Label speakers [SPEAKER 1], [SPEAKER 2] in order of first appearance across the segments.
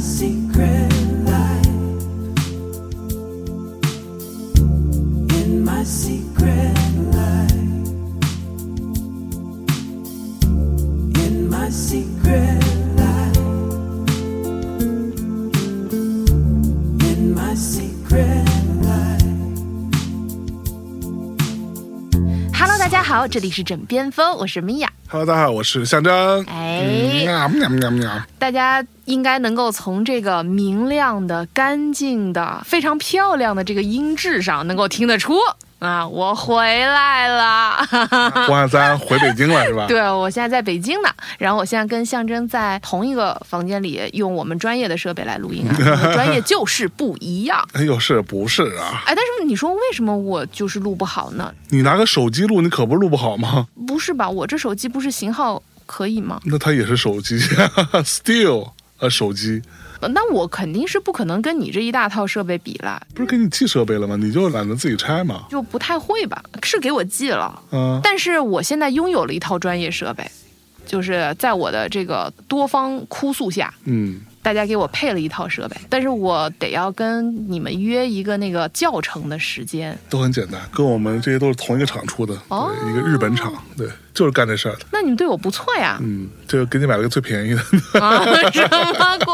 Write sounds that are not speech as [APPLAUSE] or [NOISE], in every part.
[SPEAKER 1] secret life. In my secret life. In my secret life. In my secret life.
[SPEAKER 2] Hello，大家好，这里是枕边风，我是米娅。
[SPEAKER 3] Hello，大家好，我是象征。嗯
[SPEAKER 2] 哎
[SPEAKER 3] 喵喵喵喵，
[SPEAKER 2] 大家应该能够从这个明亮的、干净的、非常漂亮的这个音质上，能够听得出啊，我回来了。 [LAUGHS]
[SPEAKER 3] 哇，咱回北京了是吧？
[SPEAKER 2] 对，我现在在北京呢，然后我现在跟象征在同一个房间里，用我们专业的设备来录音啊，我们专业就是不一样。 [LAUGHS]
[SPEAKER 3] 哎呦，是不是啊？
[SPEAKER 2] 哎，但是你说为什么我就是录不好呢？
[SPEAKER 3] 你拿个手机录，你可不是录不好吗？
[SPEAKER 2] 不是吧？我这手机不是型号可以吗？
[SPEAKER 3] 那它也是手机 [LAUGHS] ，still 呃手机，
[SPEAKER 2] 那我肯定是不可能跟你这一大套设备比了，
[SPEAKER 3] 不是给你寄设备了吗？你就懒得自己拆嘛。
[SPEAKER 2] 就不太会吧？是给我寄了，
[SPEAKER 3] 嗯、
[SPEAKER 2] 但是我现在拥有了一套专业设备，就是在我的这个多方哭诉下，
[SPEAKER 3] 嗯，
[SPEAKER 2] 大家给我配了一套设备，但是我得要跟你们约一个那个教程的时间。
[SPEAKER 3] 都很简单，跟我们这些都是同一个厂出的，
[SPEAKER 2] 哦
[SPEAKER 3] 对，一个日本厂，对，就是干这事儿的。
[SPEAKER 2] 那你们对我不错呀，
[SPEAKER 3] 嗯，就给你买了个最便宜的， [LAUGHS]
[SPEAKER 2] 啊， [LAUGHS] 什么鬼？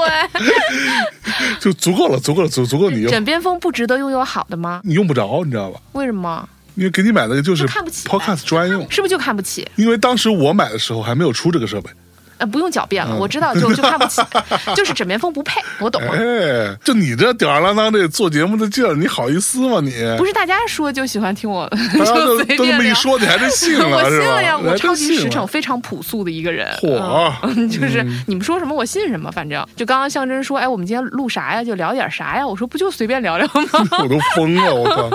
[SPEAKER 3] 就足够了，足够了，足足够你用，
[SPEAKER 2] 枕边风不值得拥有好的吗？
[SPEAKER 3] 你用不着，你知道吧？
[SPEAKER 2] 为什么？
[SPEAKER 3] 因为给你买那个就是
[SPEAKER 2] 就看不起呗
[SPEAKER 3] Podcast 专用，
[SPEAKER 2] 是不是就看不起？
[SPEAKER 3] 因为当时我买的时候还没有出这个设备，
[SPEAKER 2] 呃，不用狡辩了，我知道，就就看不起， [LAUGHS] 就是枕边风不配，我
[SPEAKER 3] [LAUGHS]
[SPEAKER 2] 懂了。
[SPEAKER 3] 哎，就你这吊儿郎当这做节目的劲儿，你好意思吗你？
[SPEAKER 2] 不是大家说就喜欢听我，
[SPEAKER 3] [LAUGHS] 大家都
[SPEAKER 2] 就随
[SPEAKER 3] 都这
[SPEAKER 2] 便
[SPEAKER 3] 么一
[SPEAKER 2] 聊。
[SPEAKER 3] 说，你还真信
[SPEAKER 2] [LAUGHS] 我
[SPEAKER 3] 了
[SPEAKER 2] 信
[SPEAKER 3] 是吧？
[SPEAKER 2] 了呀，
[SPEAKER 3] 你
[SPEAKER 2] 我
[SPEAKER 3] 还
[SPEAKER 2] 超
[SPEAKER 3] 真
[SPEAKER 2] 级
[SPEAKER 3] 信
[SPEAKER 2] 实
[SPEAKER 3] 了
[SPEAKER 2] 诚，非常朴素的一个人。
[SPEAKER 3] 嚯
[SPEAKER 2] 嗯就是你们说什么我信什么，反正就刚刚象征说，哎，我们今天录啥呀？就聊点啥呀？我说不就随便聊聊吗？ [LAUGHS]
[SPEAKER 3] 我都疯了，我靠！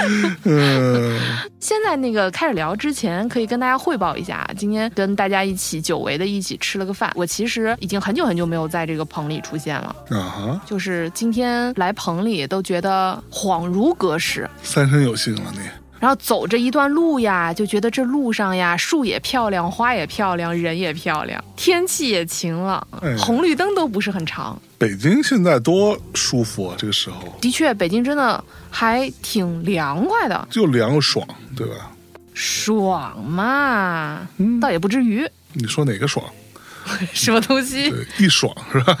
[SPEAKER 3] [LAUGHS] 嗯，
[SPEAKER 2] 现在那个开始聊之前，可以跟大家汇报一下，今天跟大家一起久违的一起吃了个饭。我其实已经很久很久没有在这个棚里出现了，
[SPEAKER 3] 啊哈，
[SPEAKER 2] 就是今天来棚里都觉得恍如隔世。
[SPEAKER 3] 三生有幸了你，
[SPEAKER 2] 然后走这一段路呀，就觉得这路上呀，树也漂亮，花也漂亮，人也漂亮，天气也晴朗，
[SPEAKER 3] 哎
[SPEAKER 2] 红绿灯都不是很长。
[SPEAKER 3] 北京现在多舒服啊，这个时候
[SPEAKER 2] 的确，北京真的还挺凉快的，
[SPEAKER 3] 又凉又爽，对吧？
[SPEAKER 2] 爽嘛，
[SPEAKER 3] 嗯
[SPEAKER 2] 倒也不至
[SPEAKER 3] [LAUGHS]
[SPEAKER 2] 于
[SPEAKER 3] 你说哪个爽？
[SPEAKER 2] 什么东西。
[SPEAKER 3] 对，一爽是吧？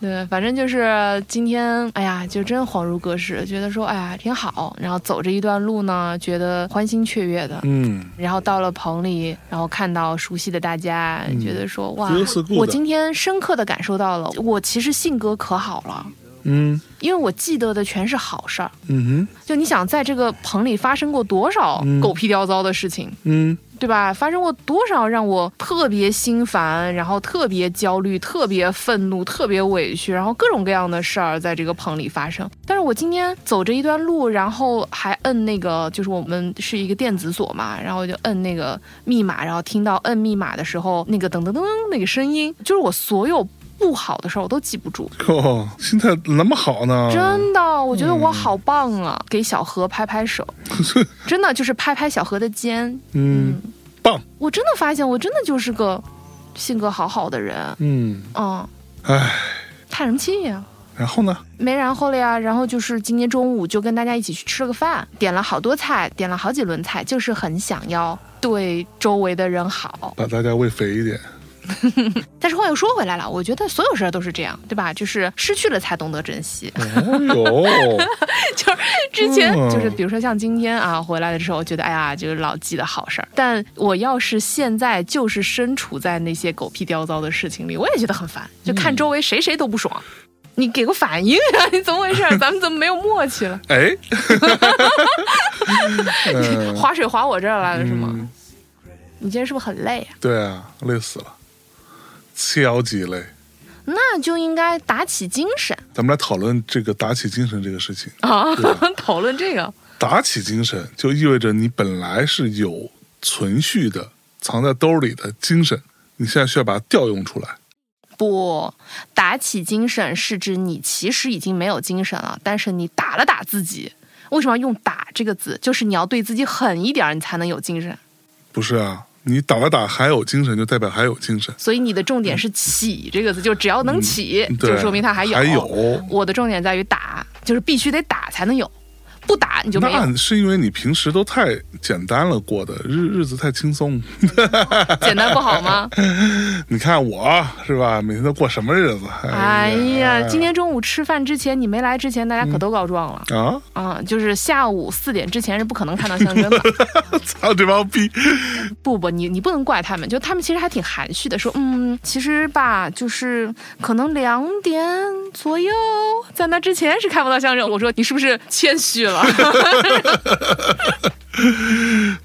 [SPEAKER 2] 对，反正就是今天，哎呀，就真恍如隔世，觉得说，哎呀，挺好。然后走这一段路呢，觉得欢欣雀跃的。
[SPEAKER 3] 嗯，
[SPEAKER 2] 然后到了棚里，然后看到熟悉的大家，嗯觉得说哇
[SPEAKER 3] feels good，
[SPEAKER 2] 我今天深刻的感受到了，我其实性格可好了，
[SPEAKER 3] 嗯
[SPEAKER 2] 因为我记得的全是好事儿。
[SPEAKER 3] 嗯哼
[SPEAKER 2] 就你想，在这个棚里发生过多少
[SPEAKER 3] 嗯
[SPEAKER 2] 狗屁叼糟的事情，
[SPEAKER 3] 嗯，
[SPEAKER 2] 对吧？发生过多少让我特别心烦，然后特别焦虑、特别愤怒、特别委屈，然后各种各样的事儿在这个棚里发生。但是我今天走这一段路，然后还摁那个，就是我们是一个电子锁嘛，然后我就摁那个密码，然后听到摁密码的时候那个噔噔噔那个声音，就是我所有不好的事儿我都记不住。
[SPEAKER 3] 哟，哦心态那么好呢？
[SPEAKER 2] 真的，我觉得我好棒啊！给小何拍拍手，真的就是拍拍小何的肩，
[SPEAKER 3] [LAUGHS] 嗯，棒，
[SPEAKER 2] 我真的发现，我真的就是个性格好好的人，
[SPEAKER 3] 嗯，
[SPEAKER 2] 嗯，
[SPEAKER 3] 哎，
[SPEAKER 2] 叹什么气呀、
[SPEAKER 3] 然后呢？
[SPEAKER 2] 没然后了呀，然后就是今天中午就跟大家一起去吃了个饭，点了好多菜，点了好几轮菜，就是很想要对周围的人好。
[SPEAKER 3] 把大家喂肥一点。
[SPEAKER 2] 但是话又说回来了，我觉得所有事儿都是这样，对吧？就是失去了才懂得珍惜。
[SPEAKER 3] 哦呦，
[SPEAKER 2] [LAUGHS] 就是之前
[SPEAKER 3] 嗯
[SPEAKER 2] 就是比如说像今天啊回来的时候，觉得哎呀就是老记得好事儿，但我要是现在就是身处在那些狗屁叼糟的事情里，我也觉得很烦，就
[SPEAKER 3] 嗯
[SPEAKER 2] 看周围谁谁都不爽。你给个反应 [LAUGHS] 啊！你怎么回事儿？咱们怎么没有默契了？
[SPEAKER 3] 哎， [LAUGHS] 嗯
[SPEAKER 2] 划水划我这儿来了是吗？
[SPEAKER 3] 嗯
[SPEAKER 2] 你今天是不是很累啊？
[SPEAKER 3] 对啊，累死了，超级累。
[SPEAKER 2] 那就应该打起精神
[SPEAKER 3] 咱们来讨论这个打起精神这个事情。
[SPEAKER 2] 啊
[SPEAKER 3] 对啊！
[SPEAKER 2] [LAUGHS] 讨论这个，
[SPEAKER 3] 打起精神就意味着你本来是有存续的、藏在兜里的精神，你现在需要把它调用出来。
[SPEAKER 2] 不，打起精神是指你其实已经没有精神了，但是你打了打自己。为什么要用“打”这个字？就是你要对自己狠一点儿，你才能有精神。
[SPEAKER 3] 不是啊，你打了打还有精神，就代表还有精神。
[SPEAKER 2] 所以你的重点是“起”这个字，就只要能起，
[SPEAKER 3] 嗯对
[SPEAKER 2] 就说明他还有。
[SPEAKER 3] 还有
[SPEAKER 2] 我的重点在于打，就是必须得打才能有，不打你就没有。
[SPEAKER 3] [LAUGHS] 那是因为你平时都太简单了，过的日日子太轻松。
[SPEAKER 2] 简单不好
[SPEAKER 3] [LAUGHS]
[SPEAKER 2] 吗？
[SPEAKER 3] 你看我是吧，每天都过什么日子？
[SPEAKER 2] 哎呀，今
[SPEAKER 3] 天
[SPEAKER 2] 天中午吃饭之前，你没来之前，大家可都告状了。
[SPEAKER 3] 啊， [LAUGHS]
[SPEAKER 2] 啊、就是下午四点之前是不可能看到象征的。
[SPEAKER 3] 操这帮逼！
[SPEAKER 2] 不不，你你不能怪他们，就他们其实还挺含蓄的，说嗯，其实吧，就是可能两点左右，在那之前是看不到象征。我说你是不是谦虚
[SPEAKER 3] [LAUGHS]
[SPEAKER 2] 了？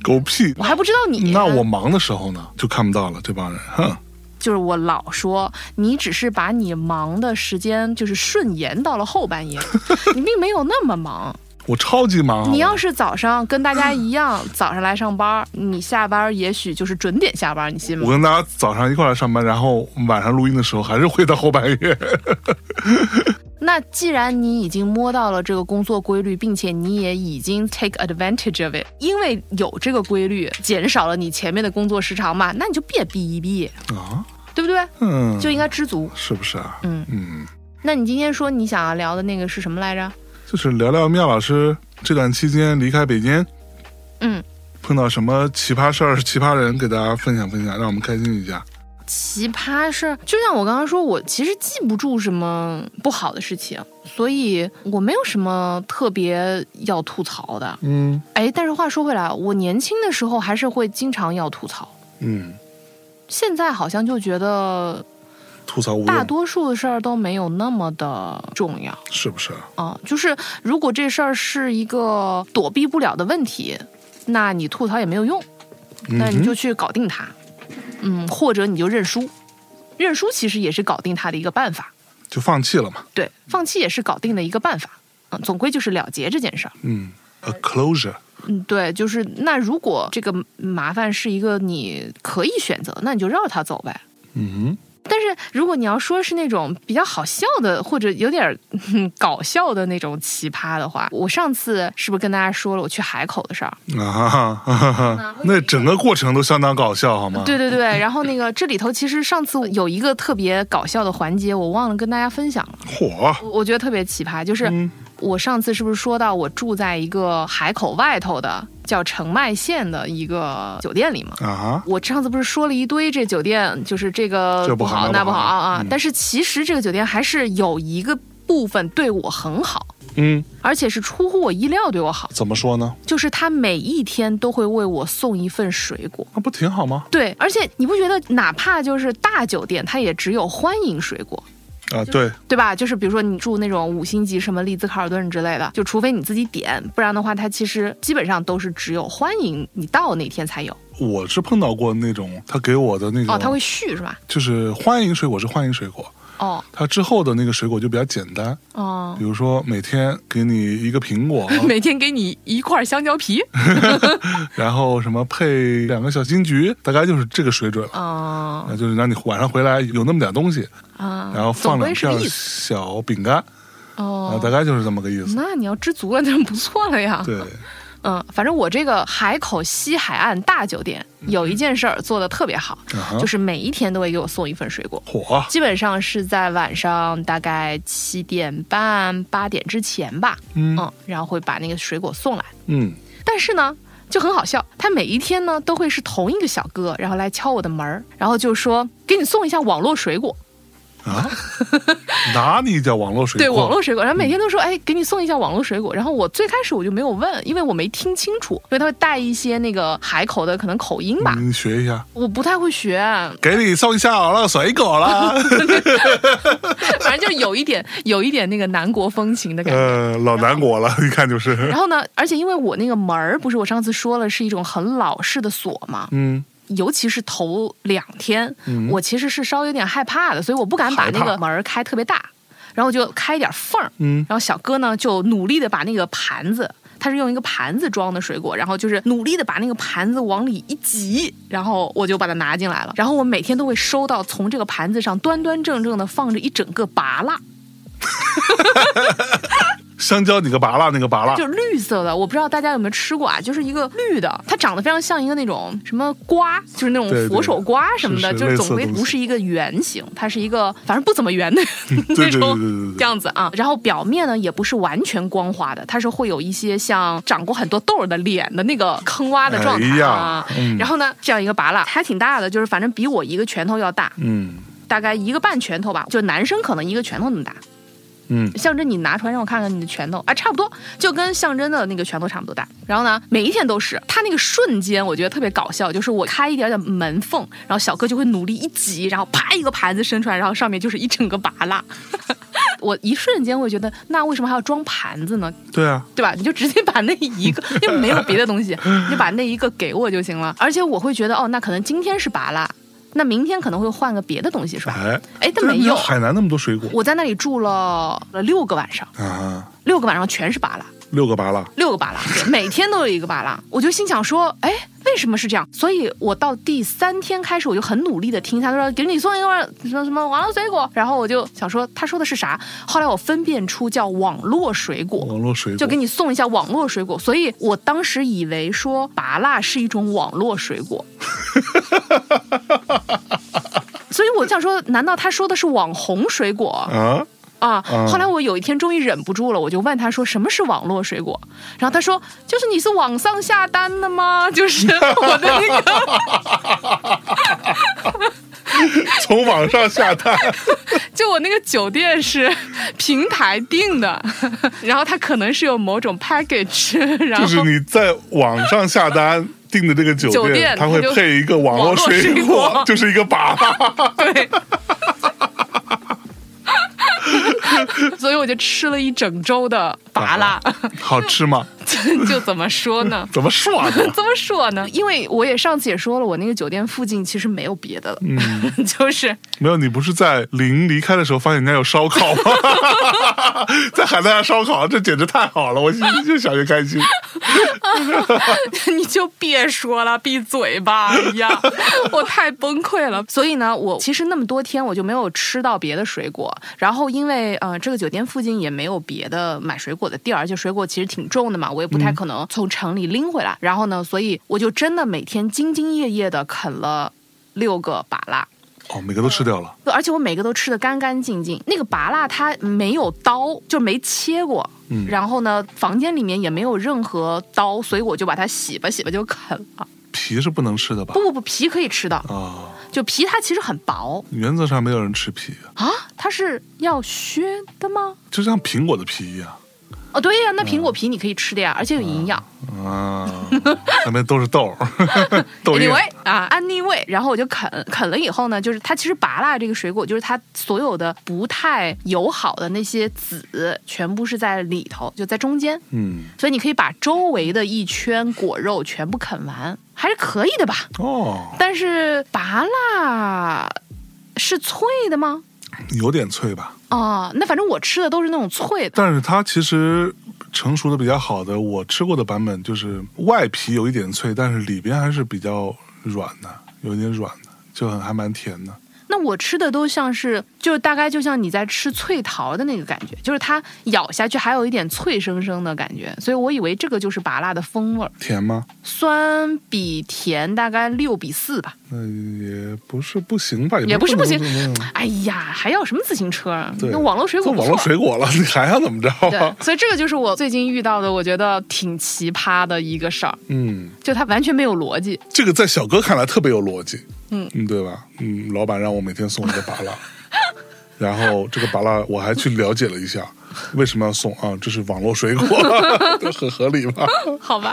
[SPEAKER 3] 狗屁！
[SPEAKER 2] 我还不知道你。
[SPEAKER 3] 那我忙的时候呢，就看不到了这帮人。 [LAUGHS] 哼，
[SPEAKER 2] 就是我老说，你只是把你忙的时间就是顺延到了后半
[SPEAKER 3] [LAUGHS]
[SPEAKER 2] 夜，你并没有那么忙。
[SPEAKER 3] 我超级忙啊。
[SPEAKER 2] 你要是早上跟大家一样早上来上班，你下班也许就是准点下班，你信
[SPEAKER 3] 我
[SPEAKER 2] 吗？
[SPEAKER 3] 跟大家早上一块儿来上班，然后晚上录音的时候还是会到后半夜。 [LAUGHS]
[SPEAKER 2] 那既然你已经摸到了这个工作规律，并且你也已经 take advantage of it，因为有这个规律，减少了你前面的工作时长嘛，那你就别逼一逼，
[SPEAKER 3] 啊，
[SPEAKER 2] 对不对？
[SPEAKER 3] 嗯，
[SPEAKER 2] 就应该知足。
[SPEAKER 3] 是不是啊？
[SPEAKER 2] 嗯
[SPEAKER 3] 嗯，
[SPEAKER 2] 那你今天说你想要聊的那个是什么来着？
[SPEAKER 3] 就是聊聊妙老师这段期间离开北京，
[SPEAKER 2] 嗯，
[SPEAKER 3] 碰到什么奇葩事儿、奇葩人，给大家分享分享，让我们开心一下。
[SPEAKER 2] 奇葩事儿，就像我刚刚说，我其实记不住什么不好的事情，所以我没有什么特别要吐槽的。
[SPEAKER 3] 嗯
[SPEAKER 2] 哎，但是话说回来，我年轻的时候还是会经常要吐槽，
[SPEAKER 3] 嗯，
[SPEAKER 2] 现在好像就觉得
[SPEAKER 3] 吐槽无
[SPEAKER 2] 大
[SPEAKER 3] 用，
[SPEAKER 2] 多数的事儿都没有那么的重要
[SPEAKER 3] 是不是啊？
[SPEAKER 2] 啊。就是如果这事儿是一个躲避不了的问题，那你吐槽也没有用，那你就去搞定它，嗯，或者你就认输，认输其实也是搞定它的一个办法。
[SPEAKER 3] 就放弃了嘛。
[SPEAKER 2] 对，放弃也是搞定的一个办法。嗯，总归就是了结这件事儿。
[SPEAKER 3] 嗯，a closure。
[SPEAKER 2] 嗯，对，就是那如果这个麻烦是一个你可以选择，那你就绕它走呗。
[SPEAKER 3] 嗯
[SPEAKER 2] 但是如果你要说是那种比较好笑的，或者有点儿哼搞笑的那种奇葩的话，我上次是不是跟大家说了我去海口的事儿？
[SPEAKER 3] 哼啊哈哈哈，那整个过程都相当搞笑，好吗？
[SPEAKER 2] 对对对， [LAUGHS] 然后那个这里头其实上次有一个特别搞笑的环节，我忘了跟大家分享了。
[SPEAKER 3] 火，
[SPEAKER 2] 我我觉得特别奇葩，就是
[SPEAKER 3] 嗯
[SPEAKER 2] 我上次是不是说到我住在一个海口外头的叫澄迈县的一个酒店里嘛？
[SPEAKER 3] 啊，
[SPEAKER 2] 我上次不是说了一堆这酒店就是这个
[SPEAKER 3] 这不
[SPEAKER 2] 不
[SPEAKER 3] 好
[SPEAKER 2] 好
[SPEAKER 3] 那
[SPEAKER 2] 那
[SPEAKER 3] 不
[SPEAKER 2] 不
[SPEAKER 3] 好
[SPEAKER 2] 好啊，
[SPEAKER 3] 嗯
[SPEAKER 2] 但是其实这个酒店还是有一个部分对我很好。
[SPEAKER 3] 嗯，
[SPEAKER 2] 而且是出乎我意料对我好，
[SPEAKER 3] 怎么说呢？
[SPEAKER 2] 就是他每一天都会为我送一份水果。
[SPEAKER 3] 啊那不挺好吗？
[SPEAKER 2] 对，而且你不觉得哪怕就是大酒店，它也只有欢迎水果，
[SPEAKER 3] 啊，对，
[SPEAKER 2] 对吧？就是比如说你住那种五星级什么丽兹卡尔顿之类的，就除非你自己点，不然的话，它其实基本上都是只有欢迎你到那天才有。
[SPEAKER 3] 我是碰到过那种他给我的那种，
[SPEAKER 2] 哦，它会续是吧？
[SPEAKER 3] 就是欢迎水果是欢迎水果，
[SPEAKER 2] 哦
[SPEAKER 3] 它之后的那个水果就比较简单，
[SPEAKER 2] 哦
[SPEAKER 3] 比。如说每天给你一个苹果，
[SPEAKER 2] [LAUGHS] 每天给你一块香蕉皮，
[SPEAKER 3] [LAUGHS] 然后什么配两个小金桔，大概就是这个水准了。
[SPEAKER 2] 啊
[SPEAKER 3] 那就是让你晚上回来有那么点东西，
[SPEAKER 2] 啊，
[SPEAKER 3] 然后放
[SPEAKER 2] 总
[SPEAKER 3] 两
[SPEAKER 2] 归是
[SPEAKER 3] 片
[SPEAKER 2] 个意思
[SPEAKER 3] 小饼干，啊，大
[SPEAKER 2] 哦。
[SPEAKER 3] 概就是这么个意思。
[SPEAKER 2] 那你要知足了，那不错了 [LAUGHS] 呀。
[SPEAKER 3] [LAUGHS] 对，
[SPEAKER 2] 嗯，反正我这个海口西海岸大酒店有一件事儿做的特别好，
[SPEAKER 3] 啊哈
[SPEAKER 2] 就是每一天都会给我送一份水果，
[SPEAKER 3] 火，
[SPEAKER 2] 基本上是在晚上大概七点半八点之前吧，
[SPEAKER 3] 嗯
[SPEAKER 2] 嗯，然后会把那个水果送来。
[SPEAKER 3] 嗯，
[SPEAKER 2] 但是呢，就很好笑，他每一天呢都会是同一个小哥，然后来敲我的门儿，然后就说给你送一下网络水果， [LAUGHS]
[SPEAKER 3] 啊，哪里叫网络水
[SPEAKER 2] 对
[SPEAKER 3] 果？
[SPEAKER 2] 网络水果，然后每天都说，哎，给你送一下网络水果。然后我最开始我就没有问，因为我没听清楚，因为他会带一些那个海口的可能口音吧，
[SPEAKER 3] 你学一下，
[SPEAKER 2] 我不太会学，啊
[SPEAKER 3] 给你送一下网络水果啦。
[SPEAKER 2] [LAUGHS] 反正就有一点 [LAUGHS] 有一点那个南国风情的感
[SPEAKER 3] [LAUGHS]
[SPEAKER 2] 觉。
[SPEAKER 3] 呃，老南国了，一看就是，
[SPEAKER 2] 然后呢，而且因为我那个门儿不是我上次说了是一种很老式的锁嘛，
[SPEAKER 3] 嗯，
[SPEAKER 2] 尤其是头两天，
[SPEAKER 3] 嗯
[SPEAKER 2] 我其实是稍微有点害怕的，所以我不敢把那
[SPEAKER 3] 害怕
[SPEAKER 2] 个门儿开特别大，然后我就开一点缝儿，
[SPEAKER 3] 嗯
[SPEAKER 2] 然后小哥呢就努力的把那个盘子，他是用一个盘子装的水果，然后就是努力的把那个盘子往里一挤，然后我就把它拿进来了，然后我每天都会收到从这个盘子上端端正正的放着一整个拔蜡。
[SPEAKER 3] 香蕉你个拔蜡，那个拔蜡，
[SPEAKER 2] 就是绿色的，我不知道大家有没有吃过啊，就是一个绿的，它长得非常像一个那种什么瓜，就是那种
[SPEAKER 3] 对对
[SPEAKER 2] 佛手瓜什么的，
[SPEAKER 3] 是是
[SPEAKER 2] 就
[SPEAKER 3] 类似
[SPEAKER 2] 总归
[SPEAKER 3] 的东
[SPEAKER 2] 不
[SPEAKER 3] 西
[SPEAKER 2] 是一个圆形，它是一个反正不怎么圆
[SPEAKER 3] [LAUGHS]
[SPEAKER 2] 的
[SPEAKER 3] 对
[SPEAKER 2] 那
[SPEAKER 3] 对对对
[SPEAKER 2] 种
[SPEAKER 3] 对对
[SPEAKER 2] 样子啊。然后表面呢也不是完全光滑的，它是会有一些像长过很多痘儿的脸的那个坑洼的状
[SPEAKER 3] 哎
[SPEAKER 2] 态
[SPEAKER 3] 呀
[SPEAKER 2] 啊。
[SPEAKER 3] 嗯
[SPEAKER 2] 然后呢，这样一个拔蜡还挺大的，就是反正比我一个拳头要大，
[SPEAKER 3] 嗯
[SPEAKER 2] 大概一个半拳头吧，就男生可能一个拳头那么大。
[SPEAKER 3] 嗯，
[SPEAKER 2] 象征你拿出来让我看看你的拳头啊，差不多就跟象征的那个拳头差不多大。然后呢，每一天都是他那个瞬间，我觉得特别搞笑，就是我开一点点门缝，然后小哥就会努力一挤，然后啪一个盘子伸出来，然后上面就是一整个拔蜡。我一瞬间会觉得，那为什么还要装盘子呢？
[SPEAKER 3] 对啊，
[SPEAKER 2] 对吧？你就直接把那一个，又没有别的东西，你就把那一个给我就行了。而且我会觉得，哦，那可能今天是拔蜡，那明天可能会换个别的东西，是吧？
[SPEAKER 3] 哎
[SPEAKER 2] 哎，但
[SPEAKER 3] 对
[SPEAKER 2] 没
[SPEAKER 3] 你
[SPEAKER 2] 有。
[SPEAKER 3] 海南那么多水果
[SPEAKER 2] 我在那里住了六个晚上，
[SPEAKER 3] 啊，
[SPEAKER 2] 六个晚上全是拔蜡，
[SPEAKER 3] 六个拔蜡，
[SPEAKER 2] 六个拔
[SPEAKER 3] [LAUGHS]
[SPEAKER 2] 蜡，对每天都有一个拔蜡。我就心想说，哎，为什么是这样？所以我到第三天开始，我就很努力的听他说给你送一个什么什么网络水果，然后我就想说他说的是啥。后来我分辨出叫网络水果。
[SPEAKER 3] 网络水果
[SPEAKER 2] 就给你送一下网络水果，所以我当时以为说拔蜡是一种网络水
[SPEAKER 3] [LAUGHS]
[SPEAKER 2] 果，所以我想说，难道他说的是网红水果？
[SPEAKER 3] 啊，
[SPEAKER 2] 啊
[SPEAKER 3] 嗯，
[SPEAKER 2] 后来我有一天终于忍不住了，我就问他说什么是网络水果，然后他说就是你是网上下单的吗？ [LAUGHS] 就是我的那个， [LAUGHS]
[SPEAKER 3] 从网上下单，
[SPEAKER 2] 就我那个酒店是平台订的， [LAUGHS] 然后他可能是有某种 package，然 [LAUGHS]
[SPEAKER 3] [LAUGHS] 就
[SPEAKER 2] 后
[SPEAKER 3] 是你在网上下单。订的这个酒
[SPEAKER 2] 酒店
[SPEAKER 3] 它
[SPEAKER 2] 它
[SPEAKER 3] 会
[SPEAKER 2] 就
[SPEAKER 3] 配一个网络
[SPEAKER 2] 网络水
[SPEAKER 3] 果，
[SPEAKER 2] 果
[SPEAKER 3] [LAUGHS] 就是一个拔蜡。
[SPEAKER 2] 对。 [LAUGHS] 所以我就吃了一整周的拔蜡，
[SPEAKER 3] [LAUGHS]
[SPEAKER 2] [LAUGHS]
[SPEAKER 3] 好吃吗？
[SPEAKER 2] 就怎么说呢？
[SPEAKER 3] 怎么涮的？
[SPEAKER 2] 怎么说呢？因为我也上次也说了，我那个酒店附近其实没有别的了，
[SPEAKER 3] 嗯
[SPEAKER 2] [LAUGHS] 就是
[SPEAKER 3] [LAUGHS] 没有，你不是在临离开的时候发现人家有烧烤
[SPEAKER 2] [LAUGHS]
[SPEAKER 3] 吗？在海南烧烤，这简直太好了！我心里越想越开心。
[SPEAKER 2] [LAUGHS] 你就别说了，闭嘴吧！哎呀，我太崩溃了。所以呢，我其实那么多天我就没有吃到别的水果。然后因为呃，这个酒店附近也没有别的买水果的地儿，而且水果其实挺重的嘛，我也不太可能从城里拎回来。然后呢，所以我就真的每天兢兢业业的啃了六个把蜡。
[SPEAKER 3] [LAUGHS] 哦，每个都吃掉了，
[SPEAKER 2] 而且我每个都吃的干干净净。那个拔蜡它没有刀，就没切过。
[SPEAKER 3] 嗯
[SPEAKER 2] 然后呢，房间里面也没有任何刀，所以我就把它洗吧洗吧就啃了。
[SPEAKER 3] 皮是不能吃的吧
[SPEAKER 2] 不？不不，皮可以吃的，
[SPEAKER 3] 啊、
[SPEAKER 2] 就皮它其实很薄
[SPEAKER 3] 原则上没有人吃皮，
[SPEAKER 2] 啊，它是要削的吗？
[SPEAKER 3] 就像苹果的皮一样
[SPEAKER 2] 哦，对呀、那苹
[SPEAKER 3] 嗯
[SPEAKER 2] 果皮你可以吃的呀，而且有营养。 [LAUGHS]
[SPEAKER 3] 啊，上面都是豆儿， [LAUGHS] 豆叶
[SPEAKER 2] anyway 啊，anyway，然后我就啃啃了以后呢，就是它其实拔蜡这个水果，就是它所有的不太友好的那些籽，全部是在里头，就在中间。
[SPEAKER 3] 嗯，
[SPEAKER 2] 所以你可以把周围的一圈果肉全部啃完，还是可以的吧？
[SPEAKER 3] 哦，
[SPEAKER 2] 但是拔蜡是脆的吗？
[SPEAKER 3] 有点脆吧，
[SPEAKER 2] 啊、那反正我吃的都是那种脆的。
[SPEAKER 3] 但是它其实成熟的比较好的，我吃过的版本就是外皮有一点脆，但是里边还是比较软的，有一点软的，就很还蛮甜的。
[SPEAKER 2] 那我吃的都像是，就是大概就像你在吃脆桃的那个感觉，就是它咬下去还有一点脆生生的感觉，所以我以为这个就是拔蜡的风味儿，
[SPEAKER 3] 甜吗？
[SPEAKER 2] 酸比甜大概六比四吧。
[SPEAKER 3] 那也不是不行吧，
[SPEAKER 2] 也
[SPEAKER 3] 不
[SPEAKER 2] 不是不行
[SPEAKER 3] 能
[SPEAKER 2] 哎呀，还要什么自行车啊？
[SPEAKER 3] 嗯对
[SPEAKER 2] 那网络水
[SPEAKER 3] 做
[SPEAKER 2] 果不
[SPEAKER 3] 网
[SPEAKER 2] 错，
[SPEAKER 3] 络水果了，你还要怎么着
[SPEAKER 2] [LAUGHS] 对
[SPEAKER 3] 啊？，
[SPEAKER 2] 所以这个就是我最近遇到的，我觉得挺奇葩的一个事儿，
[SPEAKER 3] [LAUGHS] 嗯，
[SPEAKER 2] 就它完全没有逻辑。
[SPEAKER 3] 这个在小哥看来特别有逻辑，
[SPEAKER 2] 嗯
[SPEAKER 3] 对吧？嗯，老板让我每天送一个拔蜡， [LAUGHS] 然后这个拔蜡我还去了解了一下，为什么要送啊？这是网络水果， [LAUGHS] 这很合理吧？
[SPEAKER 2] 好 [LAUGHS] 吧，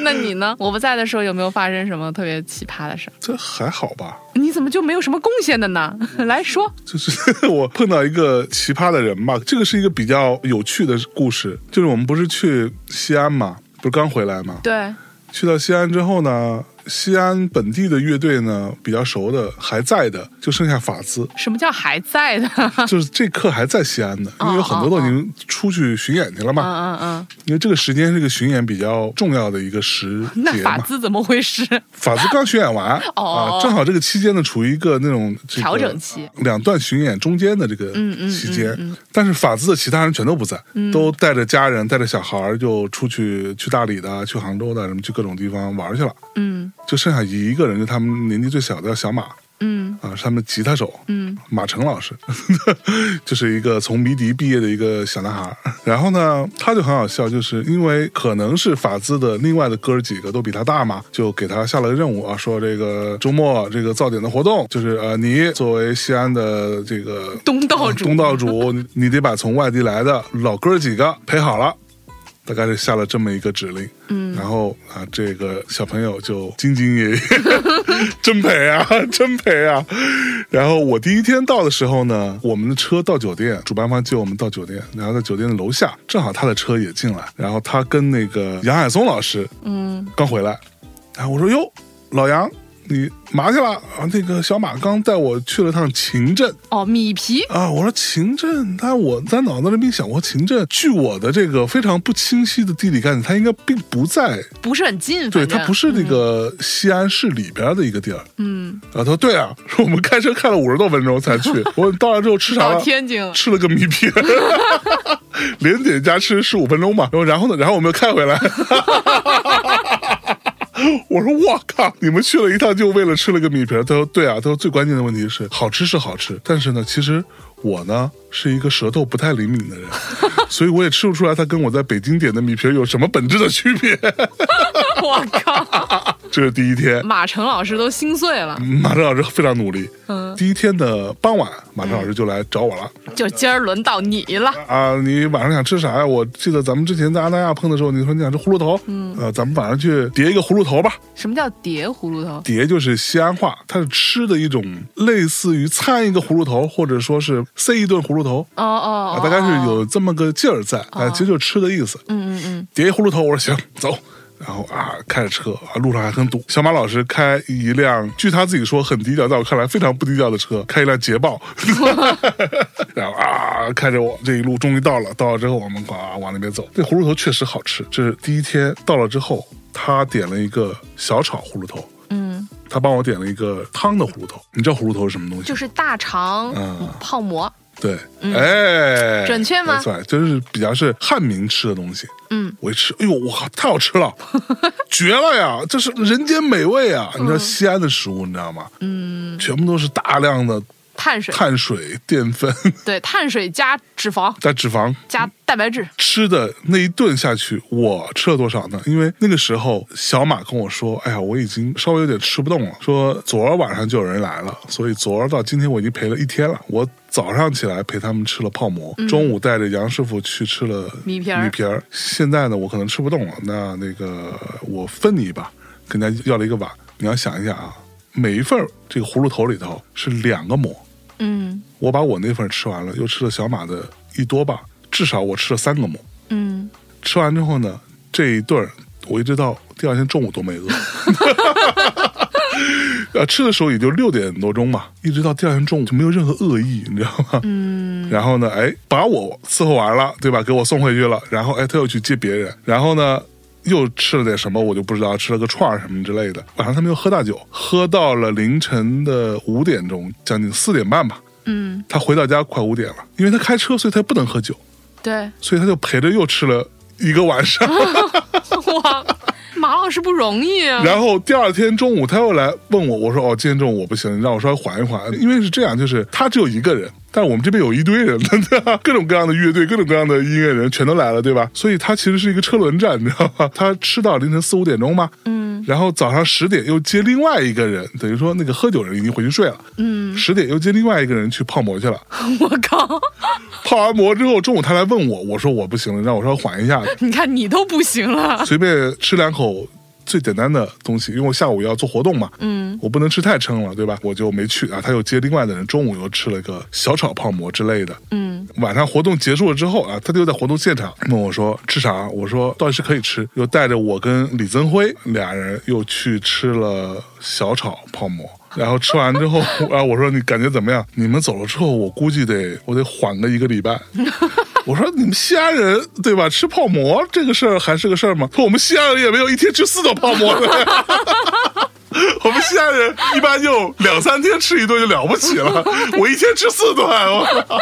[SPEAKER 2] 那你呢？我不在的时候有没有发生什么特别奇葩的事儿？
[SPEAKER 3] 这还好吧？
[SPEAKER 2] 你怎么就没有什么贡献的呢？ [LAUGHS] 来说，
[SPEAKER 3] 就是 [LAUGHS] 我碰到一个奇葩的人吧，这个是一个比较有趣的故事。就是我们不是去西安嘛，不是刚回来嘛？
[SPEAKER 2] 对，
[SPEAKER 3] 去到西安之后呢，西安本地的乐队呢，比较熟的还在的，就剩下法兹，
[SPEAKER 2] 什么叫还在的？
[SPEAKER 3] 就是这课还在西安呢，
[SPEAKER 2] 哦
[SPEAKER 3] 因为有很多都已经出去巡演去了嘛。
[SPEAKER 2] 嗯嗯嗯，
[SPEAKER 3] 因为这个时间是个巡演比较重要的一个时
[SPEAKER 2] 那
[SPEAKER 3] 节
[SPEAKER 2] 法
[SPEAKER 3] 嘛。
[SPEAKER 2] 兹怎么回事？
[SPEAKER 3] 法兹刚巡演完
[SPEAKER 2] [LAUGHS] 哦
[SPEAKER 3] 啊，正好这个期间呢，处于一个那种、这个
[SPEAKER 2] 调整期，
[SPEAKER 3] 两段巡演中间的这个
[SPEAKER 2] 嗯嗯
[SPEAKER 3] 期间。但是法兹的其他人全都不在，都带着家人、带着小孩儿就出去去大理的、去杭州的什么去各种地方玩去了，
[SPEAKER 2] 嗯
[SPEAKER 3] 就剩下一个人，就他们年纪最小的叫小马。
[SPEAKER 2] 嗯
[SPEAKER 3] 啊，是他们的吉他手，
[SPEAKER 2] 嗯，
[SPEAKER 3] 马成老师， [LAUGHS] 就是一个从迷笛毕业的一个小男孩儿。然后呢，他就很好笑，就是因为可能是法兹的另外的哥儿几个都比他大嘛，就给他下了个任务啊，说这个周末这个造点的活动，就是呃，你作为西安的这个
[SPEAKER 2] [LAUGHS] 东道主
[SPEAKER 3] 东道主，你你得把从外地来的老哥儿几个 [LAUGHS] 陪好了。大概是下了这么一个指令，嗯，然后啊，这个小朋友就兢兢业业，真赔啊，真赔啊。然后我第一天到的时候呢，我们的车到酒店，主办方接我们到酒店，然后在酒店的楼下，正好他的车也进来，然后他跟那个杨海松老师
[SPEAKER 2] 嗯
[SPEAKER 3] 刚回来，然后我说哟，老杨。你嘛去了？啊，那个小马刚带我去了趟秦镇
[SPEAKER 2] 哦，米皮
[SPEAKER 3] 啊。我说秦镇，但我在脑子里面想过秦镇，据我的这个非常不清晰的地理概念，它应该并不在
[SPEAKER 2] 不是很近，
[SPEAKER 3] 对，
[SPEAKER 2] 反正
[SPEAKER 3] 它不是那个西安市里边的一个地儿。
[SPEAKER 2] 嗯，
[SPEAKER 3] 啊，他说对啊，说我们开车开了五十多分钟
[SPEAKER 2] [LAUGHS]
[SPEAKER 3] 才去。我说到了之后吃啥
[SPEAKER 2] 到
[SPEAKER 3] 了？
[SPEAKER 2] 天津了
[SPEAKER 3] 吃了个米皮，连点加吃十五分钟吧。然后然后呢？然后我们又开回来。 [LAUGHS] 我说我靠，你们去了一趟就为了吃了个米皮儿？他说对啊，他说最关键的问题是好吃是好吃，但是呢，其实我呢是一个舌头不太灵敏的人， [LAUGHS] 所以我也吃不出来它跟我在北京点的米皮儿有什么本质的区别。
[SPEAKER 2] [LAUGHS]
[SPEAKER 3] [LAUGHS]
[SPEAKER 2] 我靠，
[SPEAKER 3] 这是第一天，
[SPEAKER 2] [LAUGHS] 马成老师都心碎了。
[SPEAKER 3] 马正老师非常努力。
[SPEAKER 2] 嗯
[SPEAKER 3] 第一天的傍晚，马正老师就来找我了、
[SPEAKER 2] 就今儿轮到你了，
[SPEAKER 3] 啊！你晚上想吃啥呀？我记得咱们之前在阿那亚碰的时候，你说你想吃葫芦头，嗯，呃，咱们晚上去叠一个葫芦头吧。
[SPEAKER 2] 什么叫叠葫芦头？
[SPEAKER 3] 叠就是西安话，它是吃的一种类似于掺一个葫芦头，或者说是塞一顿葫芦头。
[SPEAKER 2] 哦哦，
[SPEAKER 3] 啊
[SPEAKER 2] 哦，
[SPEAKER 3] 大概是有这么个劲儿在，啊，其实就是吃的意思。嗯嗯嗯，叠一葫芦头，我说行，走。
[SPEAKER 2] 嗯
[SPEAKER 3] 然后啊，开着车啊，路上还很堵。小马老师开一辆，据他自己说很低调，在我看来非常不低调的车，开一辆
[SPEAKER 2] [LAUGHS]
[SPEAKER 3] 捷豹。然后啊，开着我这一路终于到了，到了之后我们啊往那边走。这葫芦头确实好吃，这是第一天到了之后，他点了一个小炒葫芦头，
[SPEAKER 2] 嗯，
[SPEAKER 3] 他帮我点了一个汤的葫芦头。你知道葫芦头是什么东西吗？
[SPEAKER 2] 就是大肠
[SPEAKER 3] 嗯
[SPEAKER 2] 泡馍，
[SPEAKER 3] 对，哎，
[SPEAKER 2] 嗯准确吗
[SPEAKER 3] 没错，就是比较是汉民吃的东西。
[SPEAKER 2] 嗯，
[SPEAKER 3] 我一吃，哎呦，我靠，太好
[SPEAKER 2] [LAUGHS]
[SPEAKER 3] 吃了，绝了呀！这是人间美味啊！
[SPEAKER 2] 嗯
[SPEAKER 3] 你知道西安的食物，你知道吗？嗯，全部都是大量的
[SPEAKER 2] 碳水，
[SPEAKER 3] 碳水、淀粉 [LAUGHS]
[SPEAKER 2] 对，碳水加脂肪
[SPEAKER 3] 加脂肪。
[SPEAKER 2] 加蛋白质，
[SPEAKER 3] 吃的那一顿下去，我吃了多少呢？因为那个时候小马跟我说：“哎呀，我已经稍微有点吃不动了。”说昨儿晚上就有人来了，所以昨儿到今天我已经陪了一天了。我早上起来陪他们吃了泡馍，中午带着杨师傅去吃了
[SPEAKER 2] 嗯米皮儿
[SPEAKER 3] 米皮儿。现在呢，我可能吃不动了，那那个我分你一把，跟人家要了一个碗。你要想一下啊，每一份儿这个葫芦头里头是两个馍，
[SPEAKER 2] 嗯
[SPEAKER 3] 我把我那份儿吃完了，又吃了小马的一多半，至少我吃了三个馍。
[SPEAKER 2] 嗯，
[SPEAKER 3] 吃完之后呢，这一顿儿我一直到第二天中午都没饿。呃，吃的时候也就六点多钟吧，一直到第二天中午就没有任何恶意，你知道吗？嗯。然后呢，哎，把我伺候完了，对吧？给我送回去了。然后，哎，他又去接别人。然后呢，又吃了点什么，我就不知道，吃了个串儿什么之类的。晚上他们又喝大酒，喝到了凌晨的五点钟，将近四点半吧。
[SPEAKER 2] 嗯，
[SPEAKER 3] 他回到家快五点了，因为他开车，所以他不能喝酒。
[SPEAKER 2] 对，
[SPEAKER 3] 所以他就陪着又吃了一个晚 [LAUGHS] 上，
[SPEAKER 2] [LAUGHS] 哇，马老师不容易啊，
[SPEAKER 3] 然后第二天中午他又来问我，我说哦，今天中午我不行，你让我稍微缓一缓，因为是这样，就是他只有一个人，但我们这边有一堆人， [LAUGHS] 各种各样的乐队，各种各样的音乐人全都来了，对吧？所以他其实是一个车轮战，你知道吗？他吃到凌晨四五点钟吧，嗯，然后早上十点又接另外一个人，等于说那个喝酒人已经回去睡了，嗯，十点又接另外一个人去泡馍去了，
[SPEAKER 2] 我靠，
[SPEAKER 3] 泡完馍之后中午他来问我，我说我不行了，让我稍微缓一下，
[SPEAKER 2] 你看你都不行了，
[SPEAKER 3] 随便吃两口最简单的东西，因为我下午要做活动嘛，
[SPEAKER 2] 嗯，
[SPEAKER 3] 我不能吃太撑了，对吧？我就没去啊。他又接另外的人，中午又吃了个小炒泡馍之类的。
[SPEAKER 2] 嗯，
[SPEAKER 3] 晚上活动结束了之后啊，他就在活动现场问我说吃啥？我说到底是可以吃，又带着我跟李增辉俩人又去吃了小炒泡馍。然后吃完之后， [LAUGHS] 啊，我说你感觉怎么样？你们走了之后，我估计得我得缓个一个礼拜。我说你们西安人对吧？吃泡馍这个事儿还是个事儿吗？说我们西安人也没有一天吃四顿泡馍的。 [LAUGHS] 我们西安人一般就两三天吃一顿就了不起了，我一天吃四顿，啊我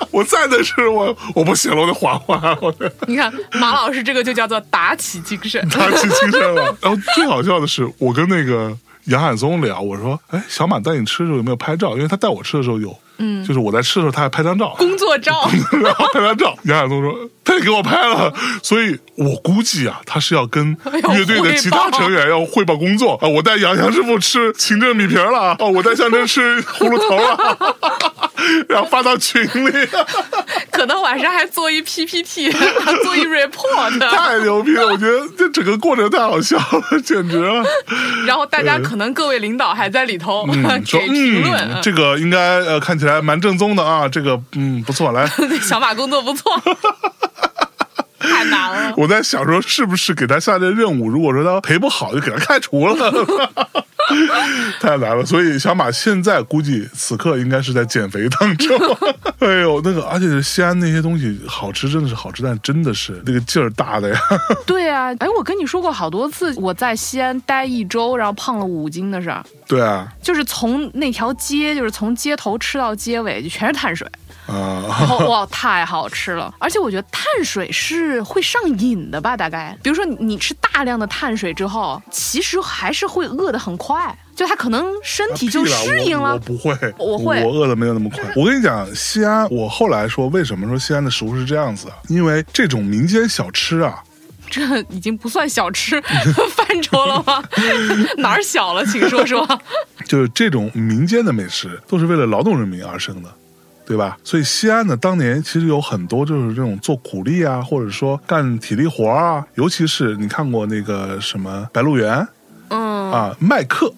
[SPEAKER 3] [LAUGHS] 我再能吃我我不行了，我得缓缓，我得。
[SPEAKER 2] 你看马老师这个就叫做打起精神
[SPEAKER 3] 打起精神了。然后最好笑的是，我跟那个杨海松聊，我说：“哎，小马带你吃的时候有没有拍照？因为他带我吃的时候有，嗯，就是我在吃的时候他还拍张照，
[SPEAKER 2] 工作照，
[SPEAKER 3] [LAUGHS] 然后拍张照。杨海松说他也给我
[SPEAKER 2] [LAUGHS]
[SPEAKER 3] 拍了，所以我估计啊，他是要跟乐队的其他成员要汇报工作啊。我带杨杨师傅吃芹政米皮儿了啊，我带象征吃 [LAUGHS] 葫芦头了， [LAUGHS] 然后发到群里， [LAUGHS]
[SPEAKER 2] 可能晚上还做一 PPT，做一 [LAUGHS] report，
[SPEAKER 3] [LAUGHS] 太牛逼了！我觉得这整个过程太好笑了，简
[SPEAKER 2] [LAUGHS]
[SPEAKER 3] 直了。
[SPEAKER 2] 然后大家可能各位领导还在里头、
[SPEAKER 3] 嗯，
[SPEAKER 2] [LAUGHS]
[SPEAKER 3] 说
[SPEAKER 2] 给评论。啊
[SPEAKER 3] 嗯，这个应该呃看起来蛮正宗的啊，这个嗯不错，来。
[SPEAKER 2] [LAUGHS] 小马啊工作不
[SPEAKER 3] [LAUGHS]
[SPEAKER 2] 错，太难了。
[SPEAKER 3] 我在想说，是不是给他下这任务？如果说他赔不好，就给他开除了， [LAUGHS] 太难了。所以小马现在估计此刻应该是在减肥当中。 [LAUGHS] 哎呦，那个，而且是西安那些东西好吃，真的是好吃，但真的是那个劲儿大的呀。 [LAUGHS]
[SPEAKER 2] 对啊，哎，我跟你说过好多次，我在西安待一周，然后胖了五斤的事儿，
[SPEAKER 3] 对啊，
[SPEAKER 2] 就是从那条街，就是从街头吃到街尾，就全是碳水。然
[SPEAKER 3] 啊、 [LAUGHS]
[SPEAKER 2] 后哇，太好吃了！而且我觉得碳水是会上瘾的吧，大概，比如说你你吃大量的碳水之后，其实还是会饿得很快，就他可能身体就
[SPEAKER 3] 屁啦
[SPEAKER 2] 适应
[SPEAKER 3] 我
[SPEAKER 2] 了
[SPEAKER 3] 我。不会，
[SPEAKER 2] 我会
[SPEAKER 3] 我饿的没有那么快。我跟你讲，西安，我后来说为什么说西安的食物是这样子啊？因为这种民间小吃啊，
[SPEAKER 2] 这已经不算小吃 [LAUGHS] 范畴了吗？哪儿小了？请说
[SPEAKER 3] [LAUGHS]
[SPEAKER 2] 说。
[SPEAKER 3] 就是这种民间的美食都是为了劳动人民而生的，对吧？所以西安呢，当年其实有很多就是这种做苦力啊，或者说干体力活儿啊，尤其是你看过那个什么《白鹿原》
[SPEAKER 2] 嗯
[SPEAKER 3] 啊，麦客，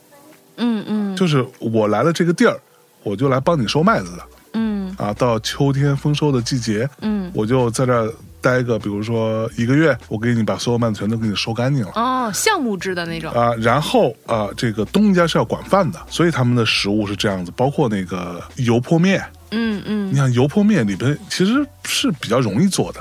[SPEAKER 2] 嗯嗯
[SPEAKER 3] 就是我来了这个地儿，我就来帮你收麦子的
[SPEAKER 2] 嗯
[SPEAKER 3] 啊。到秋天丰收的季节，
[SPEAKER 2] 嗯。
[SPEAKER 3] 我就在这儿待个，比如说一个月，我给你把所有麦子全都给你收干净了。
[SPEAKER 2] 哦，项目制的那种。
[SPEAKER 3] 啊、然后啊、这个东家是要管饭的，所以他们的食物是这样子，包括那个油泼面，
[SPEAKER 2] 嗯嗯
[SPEAKER 3] 你看油泼面里边其实是比较容易做的，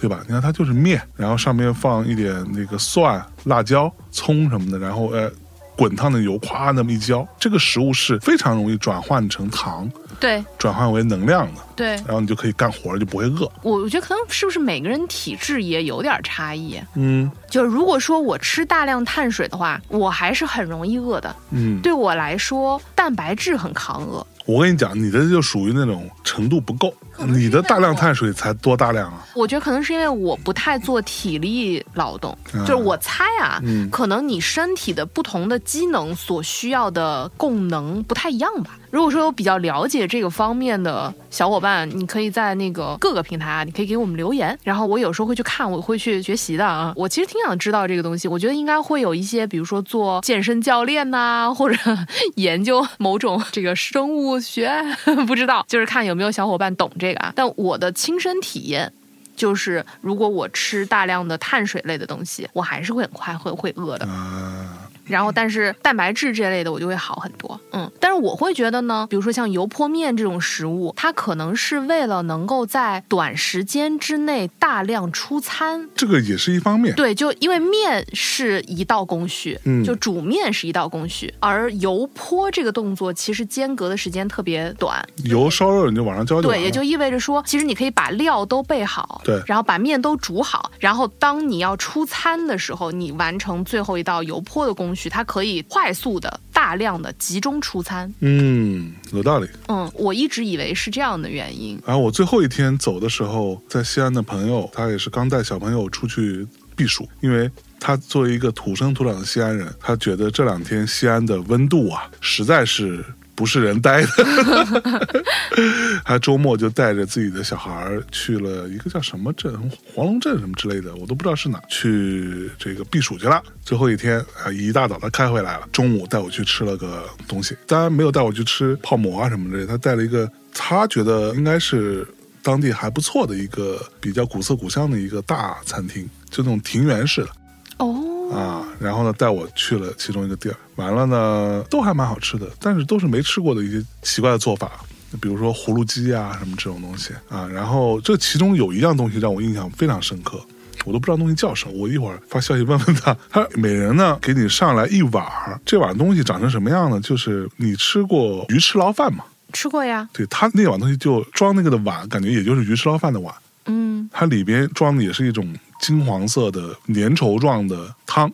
[SPEAKER 3] 对吧？你看它就是面，然后上面放一点那个蒜、辣椒、葱什么的，然后呃，滚烫的油咵那么一浇，这个食物是非常容易转换成糖，
[SPEAKER 2] 对
[SPEAKER 3] 转换为能量的，
[SPEAKER 2] 对，
[SPEAKER 3] 然后你就可以干活了，就不会饿。
[SPEAKER 2] 我我觉得可能是不是每个人体质也有点差异。
[SPEAKER 3] 嗯
[SPEAKER 2] 就是如果说我吃大量碳水的话，我还是很容易饿的。
[SPEAKER 3] 嗯，
[SPEAKER 2] 对我来说，蛋白质很抗饿。
[SPEAKER 3] 我跟你讲，你的就属于那种程度不够，
[SPEAKER 2] 能是
[SPEAKER 3] 你的大量
[SPEAKER 2] 那种
[SPEAKER 3] 碳水才多大量啊？
[SPEAKER 2] 我觉得可能是因为我不太做体力劳动，就是我猜啊，
[SPEAKER 3] 嗯
[SPEAKER 2] 可能你身体的不同的机能所需要的供能不太一样吧。如果说有比较了解这个方面的小伙伴，你可以在那个各个平台啊，你可以给我们留言，然后我有时候会去看，我会去学习的啊。我其实挺想知道这个东西，我觉得应该会有一些，比如说做健身教练呐、或者 [LAUGHS] 研究某种这个生物学， [LAUGHS] 不知道，就是看有没有小伙伴懂这个啊。但我的亲身体验就是如果我吃大量的碳水类的东西，我还是会很快会会饿的。
[SPEAKER 3] 啊，
[SPEAKER 2] 然后，但是蛋白质这类的我就会好很多。嗯，但是我会觉得呢，比如说像油泼面这种食物，它可能是为了能够在短时间之内大量出餐。
[SPEAKER 3] 这个也是一方面。
[SPEAKER 2] 对，就因为面是一道工序，
[SPEAKER 3] 嗯
[SPEAKER 2] 就煮面是一道工序，而油泼这个动作其实间隔的时间特别短，
[SPEAKER 3] 油烧热你就往上啊浇就
[SPEAKER 2] 对，
[SPEAKER 3] 完了
[SPEAKER 2] 也就意味着说，其实你可以把料都备好，
[SPEAKER 3] 嗯对
[SPEAKER 2] 然后把面都煮好，然后当你要出餐的时候，你完成最后一道油泼的工序，它可以快速的、大量的集中出餐。
[SPEAKER 3] 嗯，有道理。
[SPEAKER 2] 嗯，我一直以为是这样的原因。
[SPEAKER 3] 然后我最后一天走的时候，在西安的朋友，他也是刚带小朋友出去避暑，因为他作为一个土生土长的西安人，他觉得这两天西安的温度啊，实在是不是人待的。 [LAUGHS] 他周末就带着自己的小孩儿去了一个叫什么镇，黄龙镇什么之类的，我都不知道是哪，去这个避暑去了。最后一天啊，一大早他开回来了，中午带我去吃了个东西，当然没有带我去吃泡馍啊什么之类的，他带了一个他觉得应该是当地还不错的一个比较古色古香的一个大餐厅，就那种庭园式的。
[SPEAKER 2] 哦，
[SPEAKER 3] 啊，然后呢，带我去了其中一个地儿，完了呢，都还蛮好吃的，但是都是没吃过的一些奇怪的做法，比如说葫芦鸡啊什么这种东西啊。然后这其中有一样东西让我印象非常深刻，我都不知道东西叫什么，我一会儿发消息问问他。他每人呢给你上来一碗儿，这碗东西长成什么样呢？就是你吃过鱼翅捞饭吗？
[SPEAKER 2] 吃过呀，
[SPEAKER 3] 对他那碗东西就装那个的碗，感觉也就是鱼翅捞饭的碗，
[SPEAKER 2] 嗯
[SPEAKER 3] 它里边装的也是一种金黄色的粘稠状的汤。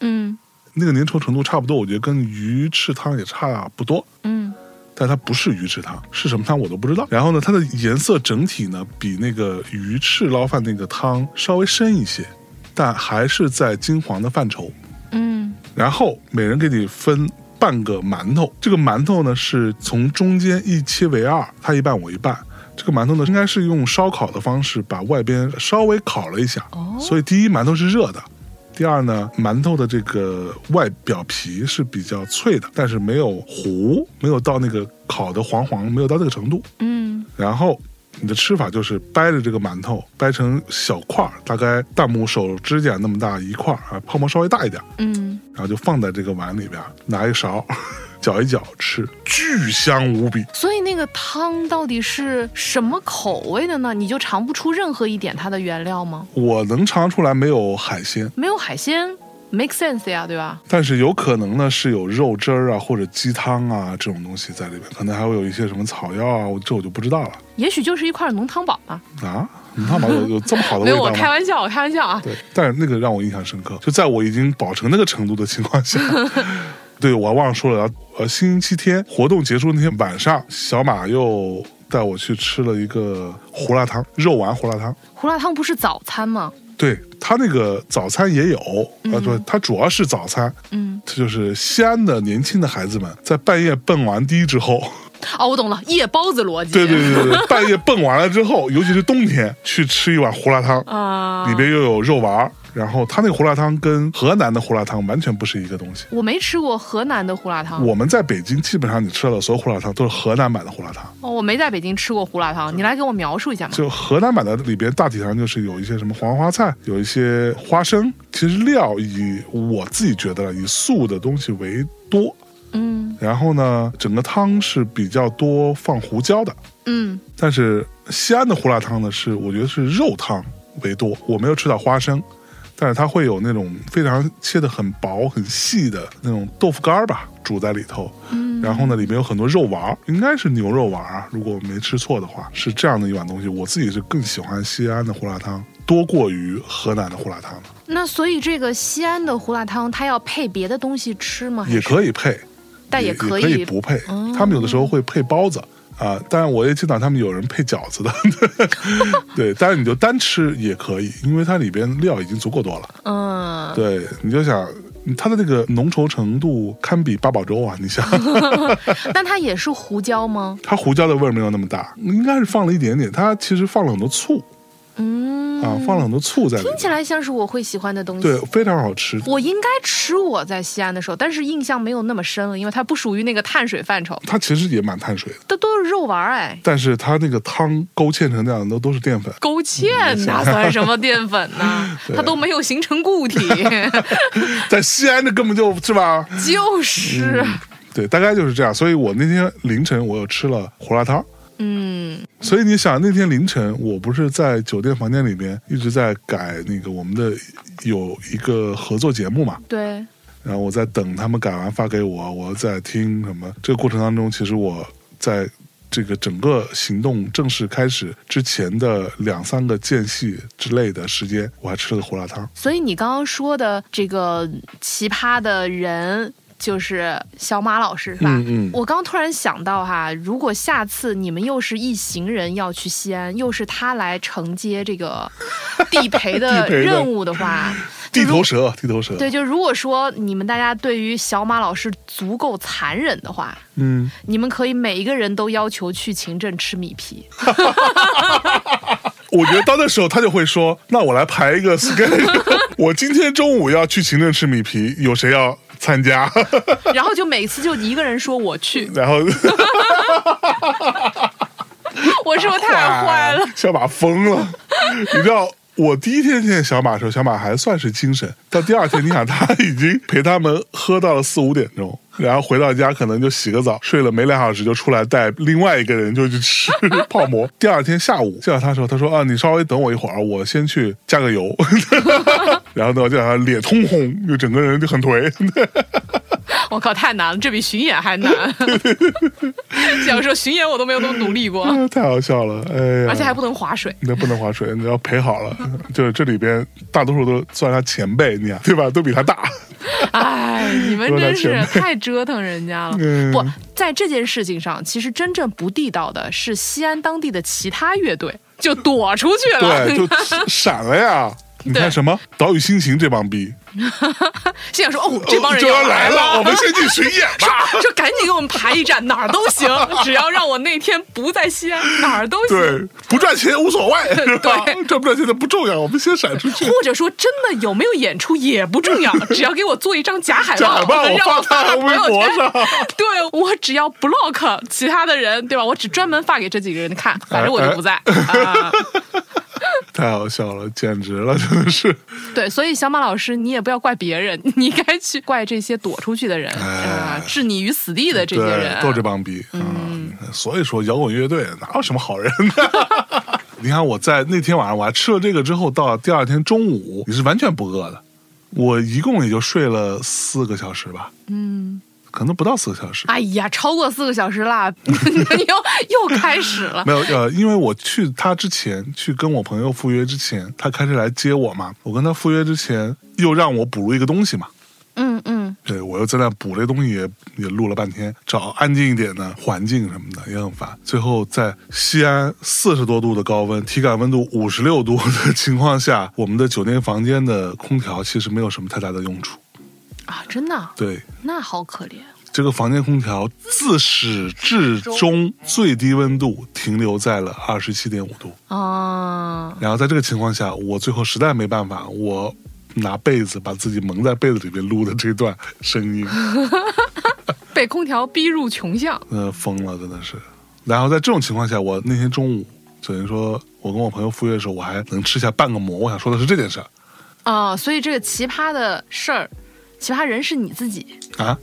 [SPEAKER 2] 嗯
[SPEAKER 3] 那个粘稠程度差不多，我觉得跟鱼翅汤也差不多，
[SPEAKER 2] 嗯，
[SPEAKER 3] 但它不是鱼翅汤，是什么汤我都不知道。然后呢，它的颜色整体呢比那个鱼翅捞饭那个汤稍微深一些，但还是在金黄的范畴。
[SPEAKER 2] 嗯
[SPEAKER 3] 然后每人给你分半个馒头，这个馒头呢是从中间一切为二，他一半我一半。这个馒头呢，应该是用烧烤的方式把外边稍微烤了一下，
[SPEAKER 2] 哦
[SPEAKER 3] 所以第一馒头是热的，第二呢，馒头的这个外表皮是比较脆的，但是没有糊，没有到那个烤的黄黄，没有到这个程度。
[SPEAKER 2] 嗯
[SPEAKER 3] 然后你的吃法就是掰着这个馒头掰成小块儿，大概大拇手指甲那么大一块儿啊，泡沫稍微大一点，
[SPEAKER 2] 嗯，
[SPEAKER 3] 然后就放在这个碗里边，拿一勺 [LAUGHS] 搅一搅吃，巨香无比。
[SPEAKER 2] 所以那个汤到底是什么口味的呢？你就尝不出任何一点它的原料吗？
[SPEAKER 3] 我能尝出来没有海鲜，
[SPEAKER 2] 没有海鲜，make sense 呀，对吧？
[SPEAKER 3] 但是有可能呢是有肉汁儿啊或者鸡汤啊这种东西在里边，可能还会有一些什么草药啊，我这我就不知道了
[SPEAKER 2] 也许就是一块浓汤宝嘛。 [LAUGHS]
[SPEAKER 3] 啊。你看吧，有有这么好的
[SPEAKER 2] 没
[SPEAKER 3] 味
[SPEAKER 2] 有，
[SPEAKER 3] 道
[SPEAKER 2] 我开
[SPEAKER 3] 吗？
[SPEAKER 2] 玩笑，我开玩笑啊。
[SPEAKER 3] 对，但是那个让我印象深刻，就在我已经饱成那个程度的情况下， [LAUGHS] 对我忘了说了，然后呃，星期天活动结束那天晚上，小马又带我去吃了一个胡辣汤，肉丸胡辣汤。
[SPEAKER 2] 胡辣汤不是早餐吗？
[SPEAKER 3] 对他那个早餐也有，啊，对，他主要是早餐，
[SPEAKER 2] 嗯，
[SPEAKER 3] 这就是西安的年轻的孩子们在半夜蹦完迪之
[SPEAKER 2] [LAUGHS]
[SPEAKER 3] 后，
[SPEAKER 2] 哦，我懂了，夜包子逻辑。
[SPEAKER 3] 对对对对，半夜蹦完了之后， [LAUGHS] 尤其是冬天去吃一碗胡辣汤，
[SPEAKER 2] 啊、
[SPEAKER 3] 里边又有肉丸儿，然后他那个胡辣汤跟河南的胡辣汤完全不是一个东西。
[SPEAKER 2] 我没吃过河南的胡辣汤，
[SPEAKER 3] 我们在北京基本上你吃到的所有胡辣汤都是河南版的胡辣汤，
[SPEAKER 2] 哦，我没在北京吃过胡辣汤，你来给我描述一下嘛。
[SPEAKER 3] 就河南版的里边大体上就是有一些什么黄花菜，有一些花生，其实料以我自己觉得以素的东西为多。
[SPEAKER 2] 嗯
[SPEAKER 3] 然后呢，整个汤是比较多放胡椒的，
[SPEAKER 2] 嗯
[SPEAKER 3] 但是西安的胡辣汤呢，是我觉得是肉汤为多，我没有吃到花生，但是它会有那种非常切的很薄很细的那种豆腐干儿吧，煮在里头，
[SPEAKER 2] 嗯
[SPEAKER 3] 然后呢，里面有很多肉丸儿，应该是牛肉丸儿啊，如果我没吃错的话，是这样的一碗东西。我自己是更喜欢西安的胡辣汤多过于河南的胡辣汤的。
[SPEAKER 2] 那所以这个西安的胡辣汤，它要配别的东西吃吗？还
[SPEAKER 3] 也
[SPEAKER 2] 是
[SPEAKER 3] 可以配，
[SPEAKER 2] 但
[SPEAKER 3] 也
[SPEAKER 2] 也可
[SPEAKER 3] 以
[SPEAKER 2] 以
[SPEAKER 3] 不配
[SPEAKER 2] 哦。
[SPEAKER 3] 他们有的时候会配包子啊，当然我也见到他们有人配饺子的， [LAUGHS] 对，但是你就单吃也可以，因为它里边料已经足够多了。
[SPEAKER 2] 嗯，
[SPEAKER 3] 对，你就想它的那个浓稠程度堪比八宝粥啊！你想，
[SPEAKER 2] 但它也是胡椒吗？
[SPEAKER 3] 它胡椒的味儿没有那么大，应该是放了一点点，它其实放了很多醋
[SPEAKER 2] 嗯，
[SPEAKER 3] 啊，放了很多醋在里
[SPEAKER 2] 听起
[SPEAKER 3] 面。
[SPEAKER 2] 来像是我会喜欢的东西。
[SPEAKER 3] 对，非常好吃。
[SPEAKER 2] 我应该吃我在西安的时候，但是印象没有那么深了，因为它不属于那个碳水范畴，
[SPEAKER 3] 它其实也蛮碳水的，
[SPEAKER 2] 它都是肉丸儿哎。
[SPEAKER 3] 但是它那个汤勾芡成那样的都都是淀粉。
[SPEAKER 2] 勾
[SPEAKER 3] 嗯
[SPEAKER 2] 芡哪算什么淀粉
[SPEAKER 3] [LAUGHS]
[SPEAKER 2] 呢？它都没有形成固体，
[SPEAKER 3] 在西安，这根本就是吧，
[SPEAKER 2] 就是，
[SPEAKER 3] 嗯对，大概就是这样。所以我那天凌晨我又吃了胡辣汤。
[SPEAKER 2] 嗯
[SPEAKER 3] 所以你想，那天凌晨我不是在酒店房间里面一直在改那个我们的有一个合作节目嘛，
[SPEAKER 2] 对，
[SPEAKER 3] 然后我在等他们改完发给我，我在听什么。这个过程当中，其实我在这个整个行动正式开始之前的两三个间隙之类的时间，我还吃了个胡辣汤。
[SPEAKER 2] 所以你刚刚说的这个奇葩的人，就是小马老师是吧？
[SPEAKER 3] 嗯嗯
[SPEAKER 2] 我刚突然想到哈，如果下次你们又是一行人要去西安，又是他来承接这个地陪的
[SPEAKER 3] [LAUGHS] 地陪的
[SPEAKER 2] 任务的话，
[SPEAKER 3] 地头蛇，地头蛇，
[SPEAKER 2] 对，就如果说你们大家对于小马老师足够残忍的话，
[SPEAKER 3] 嗯，
[SPEAKER 2] 你们可以每一个人都要求去秦镇吃米皮。
[SPEAKER 3] 我觉得到那时候他就会说，那我来排一个 schedule，我 [LAUGHS] 今天中午要去秦镇吃米皮，有谁要参加？
[SPEAKER 2] 然后就每次就一个人说我
[SPEAKER 3] [LAUGHS]
[SPEAKER 2] 去，
[SPEAKER 3] 然后
[SPEAKER 2] 我是不是太坏了？，
[SPEAKER 3] [LAUGHS]
[SPEAKER 2] [LAUGHS]
[SPEAKER 3] 小马疯了，你知道。我第一天见小马的时候，小马还算是精神。到第二天，你想他已经陪他们喝到了四五点钟， [LAUGHS] 然后回到家可能就洗个澡，睡了没两小时就出来带另外一个人就去吃 [LAUGHS] 泡馍。第二天下午见到他的时候，他说啊，你稍微等我一会儿，我先去加个油。 [LAUGHS] 然后呢，我就想他脸通红，就整个人就很颓。 [LAUGHS]
[SPEAKER 2] 我靠，太难了，这比巡演还难。 [LAUGHS] 想说巡演我都没有那么努力过，
[SPEAKER 3] 太好笑了，哎呀！
[SPEAKER 2] 而且还不能划水。
[SPEAKER 3] 那不能划水，你要陪好
[SPEAKER 2] [LAUGHS]
[SPEAKER 3] 了。就是这里边大多数都算他前辈，你看对吧？都比
[SPEAKER 2] [LAUGHS]
[SPEAKER 3] 他大。
[SPEAKER 2] 哎，你们真
[SPEAKER 3] 有
[SPEAKER 2] 是
[SPEAKER 3] 点
[SPEAKER 2] 太折腾人家了。
[SPEAKER 3] 嗯
[SPEAKER 2] 不在这件事情上，其实真正不地道的是西安当地的其他乐队就躲出去了。
[SPEAKER 3] 对，就闪了
[SPEAKER 2] [LAUGHS]
[SPEAKER 3] 呀。你看什么岛屿心情这帮逼，
[SPEAKER 2] 心想说：“哦，这帮人
[SPEAKER 3] 就要
[SPEAKER 2] 来
[SPEAKER 3] 来了，我
[SPEAKER 2] [LAUGHS]
[SPEAKER 3] 们先去巡演吧。
[SPEAKER 2] 就赶紧给我们排一站，哪儿都
[SPEAKER 3] [LAUGHS]
[SPEAKER 2] 行，只要让我那天不在西安，哪儿都行。”
[SPEAKER 3] 对，不赚钱无所谓，是吧？
[SPEAKER 2] 对
[SPEAKER 3] [LAUGHS] 赚不赚钱的不重要，我们先闪出
[SPEAKER 2] [LAUGHS]
[SPEAKER 3] 去
[SPEAKER 2] 或。者说真的有没有演出也不重要，只要给我做一张假海
[SPEAKER 3] [LAUGHS] 假
[SPEAKER 2] 报，
[SPEAKER 3] 海报我
[SPEAKER 2] 让我
[SPEAKER 3] 发
[SPEAKER 2] 到
[SPEAKER 3] 在
[SPEAKER 2] 朋
[SPEAKER 3] 微
[SPEAKER 2] 友
[SPEAKER 3] 博
[SPEAKER 2] 圈
[SPEAKER 3] 上
[SPEAKER 2] 对我只要 block 其他的人，对吧？我只专门发给这几个人看，反正我就不在、
[SPEAKER 3] 哎
[SPEAKER 2] 啊。
[SPEAKER 3] 太好笑了，简直了，真的是。
[SPEAKER 2] 对，所以小马老师，你也不要怪别人，你该去怪这些躲出去的人啊、
[SPEAKER 3] 哎
[SPEAKER 2] 置你于死地的这
[SPEAKER 3] 对
[SPEAKER 2] 些人，。嗯
[SPEAKER 3] 都这帮逼啊、所以说摇滚乐队哪有什么好人呢？ [LAUGHS] 你看我在那天晚上我还吃了这个之后，到第二天中午你是完全不饿的，我一共也就睡了四个小时吧，嗯，可能不到四个小时。
[SPEAKER 2] 哎呀，超过四个小时啦， [LAUGHS] 又又开始了。
[SPEAKER 3] 没有，呃，因为我去他之前，去跟我朋友赴约之前，他开车来接我嘛。我跟他赴约之前，又让我补录一个东西嘛。
[SPEAKER 2] 嗯嗯，
[SPEAKER 3] 对，我又在那补这东西也，也录了半天，找安静一点的环境什么的也很烦。最后在西安四十多度的高温，体感温度五十六度的情况下，我们的酒店房间的空调其实没有什么太大的用处。
[SPEAKER 2] 啊，真的，
[SPEAKER 3] 对，
[SPEAKER 2] 那好可怜。
[SPEAKER 3] 这个房间空调自始至终最低温度停留在了二十七点五度。
[SPEAKER 2] 啊，
[SPEAKER 3] 然后在这个情况下，我最后实在没办法，我拿被子把自己蒙在被子里面录的这段声音。
[SPEAKER 2] 被空调逼入穷巷。
[SPEAKER 3] 那呃疯了，真的是。然后在这种情况下，我那天中午等于说，我跟我朋友赴约的时候，我还能吃下半个馍。我想说的是这件事儿
[SPEAKER 2] 啊、所以这个奇葩的事儿，奇葩人是你自己。
[SPEAKER 3] [LAUGHS] 啊，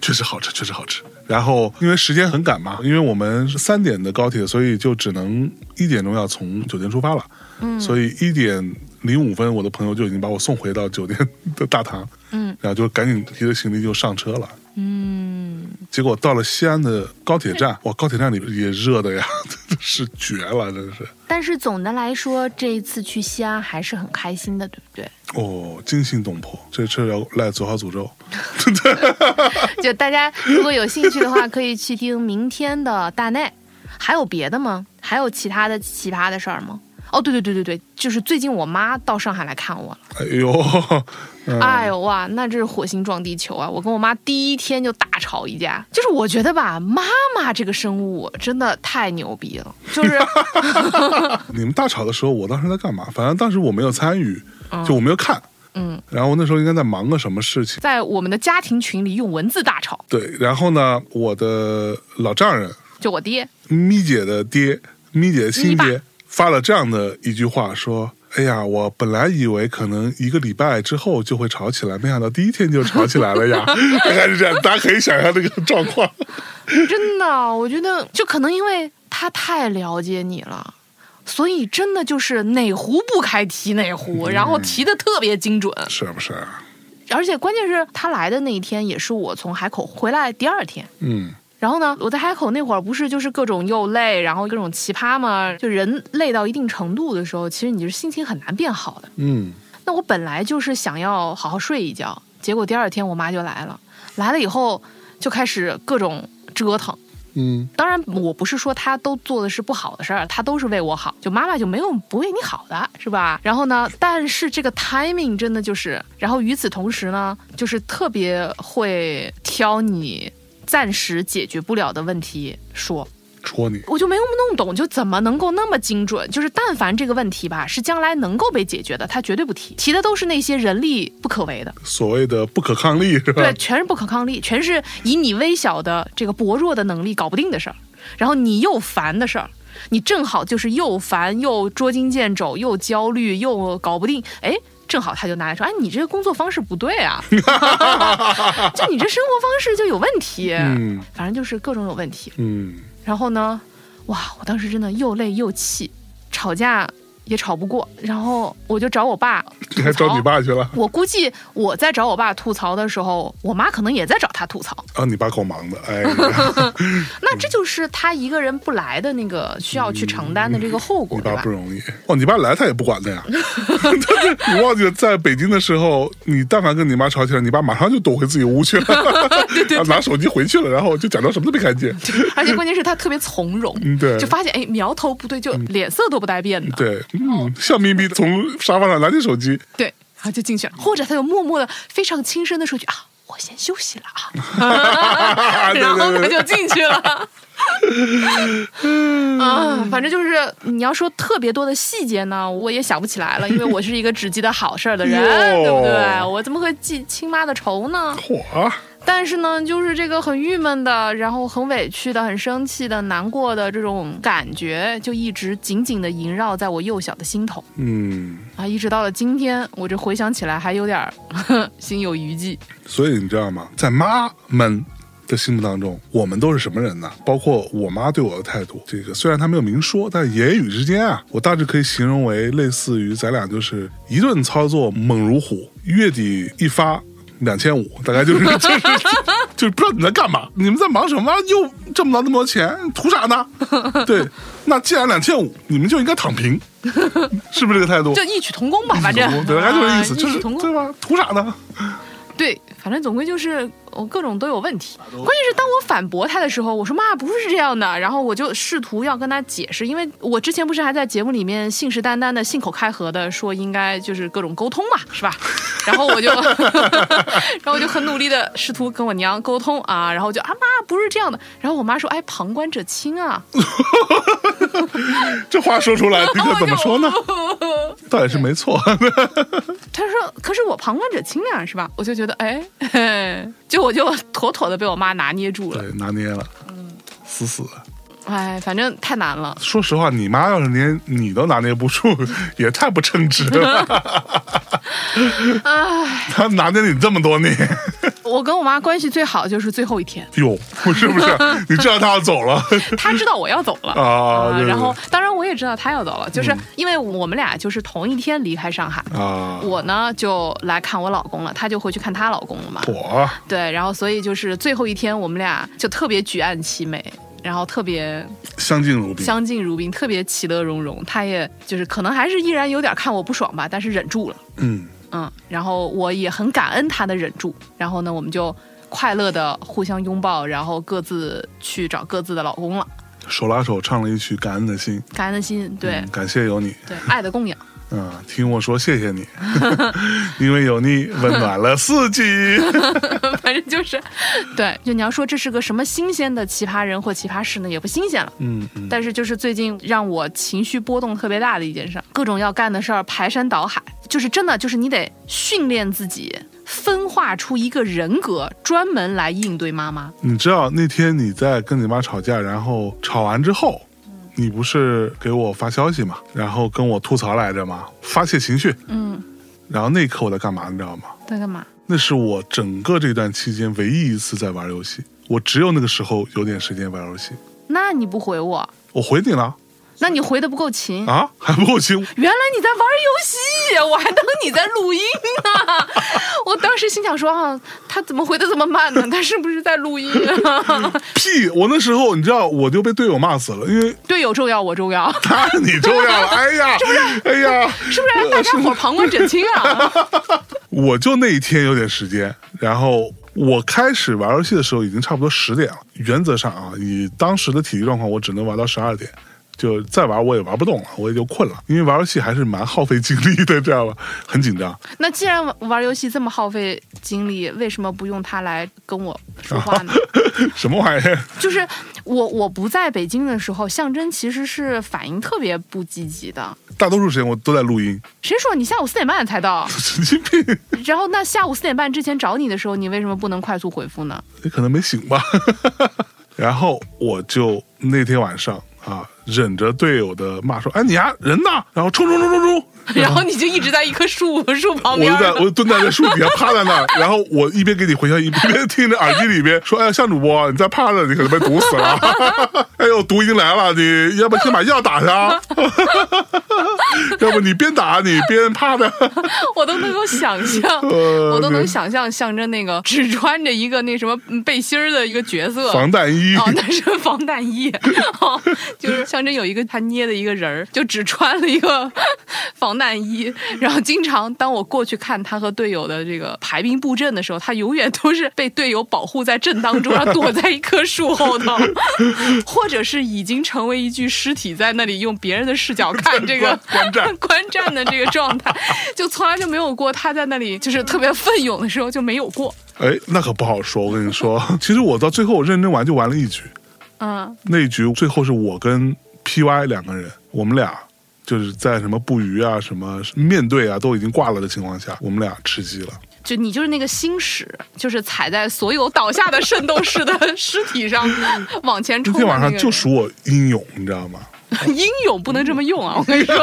[SPEAKER 3] 确实好吃，确实好吃。然后因为时间很赶嘛，因为我们是三点的高铁，所以就只能一点钟要从酒店出发了。嗯，所以一点零五分，我的朋友就已经把我送回到酒店的大堂。嗯，然后就赶紧提着行李就上车了。结果到了西安的高铁站，哇，高铁站里也热的呀， [LAUGHS] 真的是绝了，真的是。
[SPEAKER 2] 但是总的来说，这一次去西安还是很开心的，对不 [LAUGHS] 对？
[SPEAKER 3] 哦，惊心动魄，这这要赖左好诅咒。 [LAUGHS]
[SPEAKER 2] 就大家如果有兴趣的话，可以去听明天的大内。还有别的吗？还有其他的奇葩的事儿吗？哦，对对对对对，就是最近我妈到上海来看我了。
[SPEAKER 3] 哎呦，嗯、
[SPEAKER 2] 哎呦哇，那这是火星撞地球啊！我跟我妈第一天就大吵一架，就是我觉得吧，妈妈这个生物真的太牛逼了，就是。
[SPEAKER 3] 你们大吵的时候，我当时在干嘛？反正当时我没有参与，就我没有看。
[SPEAKER 2] 哦嗯，
[SPEAKER 3] 然后我那时候应该在忙个什么事情。
[SPEAKER 2] 在我们的家庭群里用文字大吵，
[SPEAKER 3] 对，然后呢，我的老丈人
[SPEAKER 2] 就我爹，
[SPEAKER 3] 咪姐的爹，咪姐的亲
[SPEAKER 2] 咪
[SPEAKER 3] 爹发了这样的一句话说。哎呀，我本来以为可能一个礼拜之后就会吵起来，没想到第一天就吵起来了
[SPEAKER 2] [LAUGHS]
[SPEAKER 3] 呀！ [LAUGHS] 大概是这样，大家可以想象这个状况。
[SPEAKER 2] 真的，我觉得就可能因为他太了解你了。所以真的就是哪壶不开提哪壶，然后提的特别精准，
[SPEAKER 3] 是不是？
[SPEAKER 2] 而且关键是他来的那一天也是我从海口回来第二天。
[SPEAKER 3] 嗯，
[SPEAKER 2] 然后呢，我在海口那会儿不是就是各种又累，然后各种奇葩嘛，就人累到一定程度的时候，其实你就是心情很难变好的。
[SPEAKER 3] 嗯，
[SPEAKER 2] 那我本来就是想要好好睡一觉，结果第二天我妈就来了，来了以后就开始各种折腾。
[SPEAKER 3] 嗯
[SPEAKER 2] 当然，我不是说她都做的是不好的事儿，她都是为我好。就妈妈就没有不为你好的，是吧？然后呢，但是这个 timing 真的就是，然后与此同时呢，就是特别会挑你暂时解决不了的问题说。
[SPEAKER 3] 戳你，
[SPEAKER 2] 我就没有弄懂，就怎么能够那么精准？就是但凡这个问题吧，是将来能够被解决的，他绝对不提，提的都是那些人力不可为的，
[SPEAKER 3] 所谓的不可抗力是吧？
[SPEAKER 2] 对，全是不可抗力，全是以你微小的这个薄弱的能力搞不定的事儿，然后你又烦的事儿。你正好就是又烦又捉襟见肘，又焦虑又搞不定，哎，正好他就拿来说，哎，你这个工作方式不对
[SPEAKER 3] [LAUGHS]
[SPEAKER 2] 啊，就你这生活方式就有问题，
[SPEAKER 3] 嗯
[SPEAKER 2] 反正就是各种有问题。
[SPEAKER 3] 嗯，
[SPEAKER 2] 然后呢，哇，我当时真的又累又气，吵架也吵不过，然后我就找我爸
[SPEAKER 3] [LAUGHS] 你还找你。爸去了
[SPEAKER 2] 我估计我在找我爸吐槽的时候，我妈可能也在找他吐槽。
[SPEAKER 3] 啊？你爸够忙的，哎呀，
[SPEAKER 2] 那
[SPEAKER 3] 嗯
[SPEAKER 2] 这就是他一个人不来的那个需要去承担的这个后果，
[SPEAKER 3] 你
[SPEAKER 2] 对
[SPEAKER 3] 爸
[SPEAKER 2] 吧
[SPEAKER 3] 不？容易哦，你爸来他也不管的呀。你忘记了，在北京的时候，你但凡跟你妈吵起来，你爸马上就躲回自己屋去了，啊拿手机回去了，然后就假装什么都没看见。
[SPEAKER 2] 而且关键是他特别从容，
[SPEAKER 3] 嗯对嗯
[SPEAKER 2] 就发现哎苗头不对，就脸色都不带变的，
[SPEAKER 3] 对，嗯，笑眯眯的从沙发上拿起手机，
[SPEAKER 2] 对，然后就进去了，或者他就默默的非常轻声的说句啊，我先休息了啊，
[SPEAKER 3] 对
[SPEAKER 2] 然后他
[SPEAKER 3] 对对，
[SPEAKER 2] 就进去了。 [LAUGHS] 啊，反正就是你要说特别多的细节呢，我也想不起来了，因为我是一个只记得好事儿的人，对
[SPEAKER 3] 哟
[SPEAKER 2] 不对？我怎么会记亲妈的仇呢？
[SPEAKER 3] 嚯，啊
[SPEAKER 2] 但是呢，就是这个很郁闷的，然后很委屈的、很生气的、难过的这种感觉，就一直紧紧的萦绕在我幼小的心头
[SPEAKER 3] 嗯。
[SPEAKER 2] 啊，一直到了今天，我这回想起来还有点儿 [LAUGHS] 心有余悸。
[SPEAKER 3] 所以你知道吗？在妈们的心目当中，我们都是什么人呢？包括我妈对我的态度，这个虽然她没有明说，但言语之间啊，我大致可以形容为类似于咱俩就是一顿操作猛如虎，月底一发。两千五，大
[SPEAKER 2] [LAUGHS]
[SPEAKER 3] 概就是就是就是不知道你在干嘛，你们在忙什么？又挣不到那么多钱，图啥
[SPEAKER 2] [LAUGHS]
[SPEAKER 3] 呢？对，那既然两千五，你们就应该躺平，是不是这个态度？
[SPEAKER 2] 就异曲同工吧，反正
[SPEAKER 3] 对，大概就是这意思，
[SPEAKER 2] 啊
[SPEAKER 3] 就
[SPEAKER 2] 异曲
[SPEAKER 3] 是
[SPEAKER 2] 同工
[SPEAKER 3] 对吧？图啥呢？
[SPEAKER 2] 对，反正总归就是我各种都有问题。关键是当我反驳他的时候，我说妈不是这样的，然后我就试图要跟他解释，因为我之前不是还在节目里面信誓旦旦的、信口开河的说应该就是各种沟通嘛，是吧？然后我就， [LAUGHS] 然后我就很努力的试图跟我娘沟通啊，然后我就啊妈不是这样的，然后我妈说哎旁观者清啊，
[SPEAKER 3] 这话
[SPEAKER 2] [LAUGHS]
[SPEAKER 3] 说出来，你
[SPEAKER 2] 然后我
[SPEAKER 3] 可怎么
[SPEAKER 2] 就
[SPEAKER 3] 说呢？？
[SPEAKER 2] 哦
[SPEAKER 3] [LAUGHS] 倒也是没错，
[SPEAKER 2] 他说：“可是我旁观者清呀，是吧？”我就觉得，哎， [LAUGHS] 嘿就我就妥妥的被我妈拿捏住了。
[SPEAKER 3] 对，拿捏了，死死的。
[SPEAKER 2] 哎，反正太难了。
[SPEAKER 3] 说实话，你妈要是连你都拿捏不住， [LAUGHS] 也太不称职了。她拿捏 [LAUGHS] 你这么多年，
[SPEAKER 2] 我跟我妈关系最好就是最后一
[SPEAKER 3] [LAUGHS]
[SPEAKER 2] 天，
[SPEAKER 3] 哟，不是不是，
[SPEAKER 2] [LAUGHS]
[SPEAKER 3] 你知道她要走了，
[SPEAKER 2] 她知道我要走了
[SPEAKER 3] 啊对对对嗯
[SPEAKER 2] 然后当然我也知道她要走了，就是因为我们俩就是同一天离开上海。
[SPEAKER 3] 啊，
[SPEAKER 2] 我呢就来看我老公了，她就回去看她老公了嘛。
[SPEAKER 3] 我
[SPEAKER 2] 对，然后所以就是最后一天，我们俩就特别举案齐眉，然后特别
[SPEAKER 3] 相敬如宾，
[SPEAKER 2] 相敬如宾，特别其乐融融。她也就是可能还是依然有点看我不爽吧，但是忍住了。
[SPEAKER 3] 嗯，
[SPEAKER 2] 嗯，然后我也很感恩他的忍住。然后呢，我们就快乐的互相拥抱，然后各自去找各自的老公了。
[SPEAKER 3] 手拉手唱了一曲《感恩的心》，
[SPEAKER 2] 感恩的心，对、
[SPEAKER 3] 嗯感谢有你，
[SPEAKER 2] 对，爱的供养。 [LAUGHS]
[SPEAKER 3] 嗯，听我说谢谢你， [LAUGHS] 因为有你温暖了四
[SPEAKER 2] [LAUGHS]
[SPEAKER 3] 季。
[SPEAKER 2] 反正就是，对，就你要说这是个什么新鲜的奇葩人或奇葩事呢，也不新鲜了。
[SPEAKER 3] 嗯嗯，
[SPEAKER 2] 但是就是最近让我情绪波动特别大的一件事儿，各种要干的事儿排山倒海，就是真的就是你得训练自己，分化出一个人格，专门来应对妈妈。
[SPEAKER 3] 你知道那天你在跟你妈吵架，然后吵完之后，
[SPEAKER 2] 嗯
[SPEAKER 3] 你不是给我发消息嘛，然后跟我吐槽来着嘛，发泄情绪。
[SPEAKER 2] 嗯，
[SPEAKER 3] 然后那一刻我在干嘛，你知道吗？
[SPEAKER 2] 在干嘛？
[SPEAKER 3] 那是我整个这段期间唯一一次在玩游戏，我只有那个时候有点时间玩游戏。
[SPEAKER 2] 那你不回我，
[SPEAKER 3] 我回你了，
[SPEAKER 2] 那你回的不够勤。
[SPEAKER 3] 啊，还不够轻，
[SPEAKER 2] 原来你在玩游戏，我还当你在录音呢。我当时心想说啊，他怎么回的这么慢呢？他是不是在录音啊？
[SPEAKER 3] 屁！我那时候你知道，我就被队友骂死了，因为
[SPEAKER 2] 队友重要，我重要，
[SPEAKER 3] 他你重要了，
[SPEAKER 2] [LAUGHS]
[SPEAKER 3] 哎呀，哎呀，
[SPEAKER 2] 是不是？大家伙旁观者清啊！
[SPEAKER 3] 我就那一天有点时间，然后我开始玩游戏的时候已经差不多十点了。原则上啊，以当时的体力状况，我只能玩到十二点，就再玩我也玩不动了，我也就困了。因为玩游戏还是蛮耗费精力的，知道吧？很紧张。 [LAUGHS]
[SPEAKER 2] 那既然玩玩游戏这么耗费精力，为什么不用它来跟我说话
[SPEAKER 3] [LAUGHS]
[SPEAKER 2] 呢？
[SPEAKER 3] 什么玩意儿？
[SPEAKER 2] 就是我我不在北京的时候，象征其实是反应特别不积极的。
[SPEAKER 3] 大多数时间我都在录音，？
[SPEAKER 2] 谁说你下午四点半才到 [LAUGHS]
[SPEAKER 3] 神经病， [LAUGHS]
[SPEAKER 2] 然后那下午四点半之前找你的时候，你为什么不能快速回复
[SPEAKER 3] [LAUGHS]
[SPEAKER 2] 呢？
[SPEAKER 3] 你可能没醒吧。然后我就那天晚上啊，忍着队友的骂说：“哎，你呀、人呢？”然后冲冲冲冲冲，
[SPEAKER 2] 然后你就一直在一棵树 [LAUGHS] 树旁
[SPEAKER 3] 我
[SPEAKER 2] 边
[SPEAKER 3] 就
[SPEAKER 2] 儿
[SPEAKER 3] 在，我就蹲在那树底下，趴在
[SPEAKER 2] [LAUGHS]
[SPEAKER 3] 那儿，然后我一边给你回消息，一边听着耳机里边说：“哎，向主播，你再趴着，你可能被毒死了。 [LAUGHS] 哎呦，毒已经来了，你要不先把药打上， [LAUGHS] 要不你边打你边趴
[SPEAKER 2] [LAUGHS]
[SPEAKER 3] 着。
[SPEAKER 2] 我都能够想象，
[SPEAKER 3] [LAUGHS] 呃
[SPEAKER 2] 我都能
[SPEAKER 3] 对
[SPEAKER 2] 想象象征那个只穿着一个那什么嗯背心儿的一个角色。
[SPEAKER 3] 防弹
[SPEAKER 2] [LAUGHS]
[SPEAKER 3] 衣，
[SPEAKER 2] 哦，
[SPEAKER 3] [LAUGHS]
[SPEAKER 2] 那是防弹衣， [LAUGHS] 哦，就是 [LAUGHS] 象征有一个他捏的一个人儿，就只穿了一个 [LAUGHS] 防弹衣，然后经常当我过去看他和队友的这个排兵布阵的时候，他永远都是被队友保护在阵当中，然后躲在一棵树后头， [LAUGHS] 或者是已经成为一具尸体在那里用别人的视角看这个
[SPEAKER 3] 观战
[SPEAKER 2] 观战的这个状态，就从来就没有过他在那里就是特别奋勇的时候就没有过，
[SPEAKER 3] 哎，那可不好说。我跟你说，其实我到最后我认真玩就玩了一局，
[SPEAKER 2] 嗯。
[SPEAKER 3] 那一局最后是我跟 PY 两个人，我们俩就是在什么捕鱼啊、什么面对啊都已经挂了的情况下，我们俩吃鸡了。
[SPEAKER 2] 就你就是那个星矢，就是踩在所有倒下的圣斗士的尸体
[SPEAKER 3] [LAUGHS]
[SPEAKER 2] 上往前
[SPEAKER 3] 那
[SPEAKER 2] 冲的那
[SPEAKER 3] 天
[SPEAKER 2] 个
[SPEAKER 3] 晚
[SPEAKER 2] 人。
[SPEAKER 3] 上就属我英勇，你知道吗？
[SPEAKER 2] 英勇不能这么用啊！我跟你说， [LAUGHS]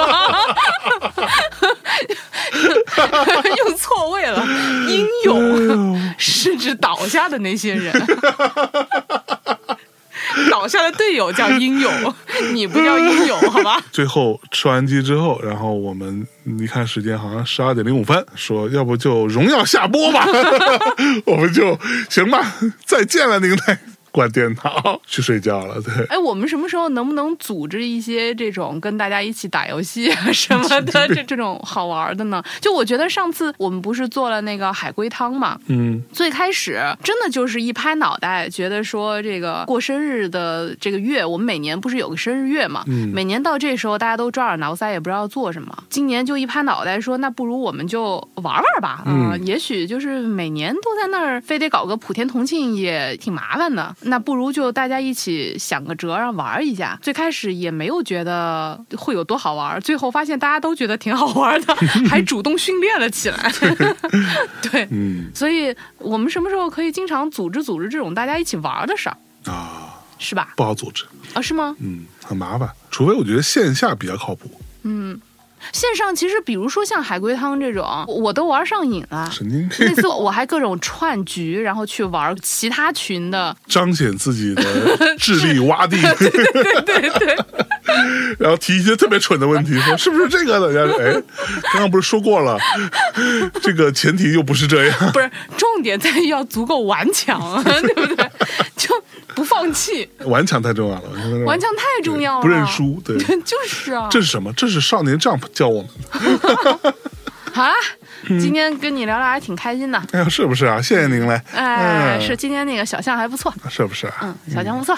[SPEAKER 2] 用错位了。英
[SPEAKER 3] 哎
[SPEAKER 2] 勇是指倒下的那些人， [LAUGHS] 倒下的队友叫英勇，你不叫英勇，好吧？
[SPEAKER 3] 最后吃完鸡之后，然后我们一看时间，好像十二点零五分，说要不就荣耀下
[SPEAKER 2] [LAUGHS]
[SPEAKER 3] 播吧，我们就行吧，再见了您嘞，关电脑去睡觉了。对，
[SPEAKER 2] 哎，我们什么时候能不能组织一些这种跟大家一起打游戏啊什么的这这种好玩的呢？就我觉得上次我们不是做了那个海龟汤嘛，
[SPEAKER 3] 嗯，
[SPEAKER 2] 最开始真的就是一拍脑袋，觉得说这个过生日的这个月，我们每年不是有个生日月嘛？每年到这时候大家都抓耳挠腮，也不知道做什么。今年就一拍脑袋说，那不如我们就玩玩吧，啊、也许就是每年都在那儿，非得搞个普天同庆也挺麻烦的。那不如就大家一起想个辙，让玩一下。最开始也没有觉得会有多好玩，最后发现大家都觉得挺好玩的，还主动训练了起来。对，
[SPEAKER 3] 嗯
[SPEAKER 2] 所以我们什么时候可以经常组织组织这种大家一起玩儿的事儿，
[SPEAKER 3] 啊，
[SPEAKER 2] 是吧？
[SPEAKER 3] 不好组织，
[SPEAKER 2] 啊，是吗？
[SPEAKER 3] 嗯，很麻烦，除非我觉得线下比较靠谱。
[SPEAKER 2] 线上其实，比如说像海龟汤这种，我我都玩上瘾了。
[SPEAKER 3] 神经病，
[SPEAKER 2] 那次我还各种串局，然后去玩其他群 [LAUGHS] 的，
[SPEAKER 3] 彰显自己
[SPEAKER 2] [LAUGHS]
[SPEAKER 3] 的智力洼地，对对对对， [LAUGHS] 然后提一些特别蠢的问题，说是不是这个的？人家说，哎，刚刚不是说过了，这个前提又不是这样，
[SPEAKER 2] 不是重点在于要足够顽强，对不 [LAUGHS] 对？就不放弃，
[SPEAKER 3] 顽强太重要了，顽强太重要
[SPEAKER 2] 顽强太重要了，
[SPEAKER 3] 了不认输，对，
[SPEAKER 2] [LAUGHS] 就是啊。
[SPEAKER 3] 这是什么？这是少年 Jump 教我们的，
[SPEAKER 2] 好啦，今天跟你聊聊还挺开心的，
[SPEAKER 3] 哎呀，是不是啊？谢谢您嘞，
[SPEAKER 2] 哎，
[SPEAKER 3] 嗯
[SPEAKER 2] 是今天那个小象还不错。
[SPEAKER 3] 是不是啊？
[SPEAKER 2] 嗯，小强不错。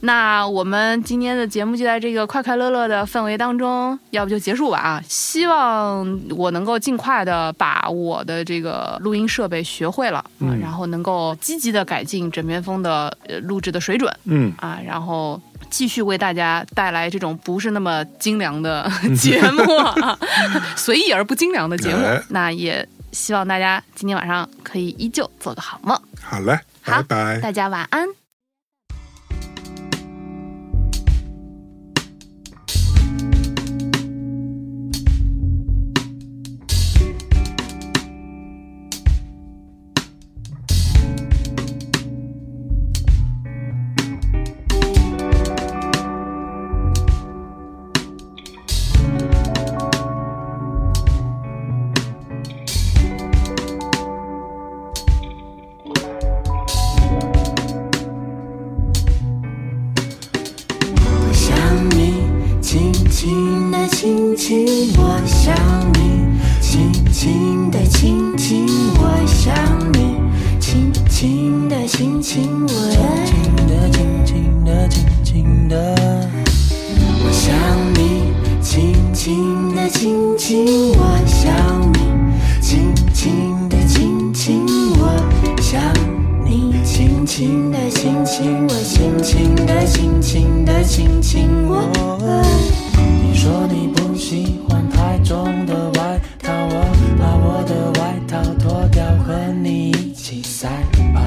[SPEAKER 2] 那我们今天的节目就在这个快快乐乐的氛围当中，要不就结束吧啊！希望我能够尽快的把我的这个录音设备学会了，啊，然后能够积极的改进枕边风的呃录制的水准
[SPEAKER 3] 嗯，
[SPEAKER 2] 啊，然后。继续为大家带来这种不是那么精良的节目啊， [LAUGHS] 随意而不精良的节目
[SPEAKER 3] 哎。
[SPEAKER 2] 那也希望大家今天晚上可以依旧做个好梦。
[SPEAKER 3] 好嘞，
[SPEAKER 2] 好
[SPEAKER 3] 拜拜。
[SPEAKER 2] 大家晚安。
[SPEAKER 1] 轻轻吻，
[SPEAKER 4] 轻轻的，轻轻的，轻轻的，
[SPEAKER 1] 我想你，轻轻的亲亲我，想你，轻轻的亲亲我，想你，轻轻的亲亲我，轻轻的亲亲的亲亲我。
[SPEAKER 4] 你说你不喜欢太重的外套，我把我的外套脱掉，和你一起赛跑。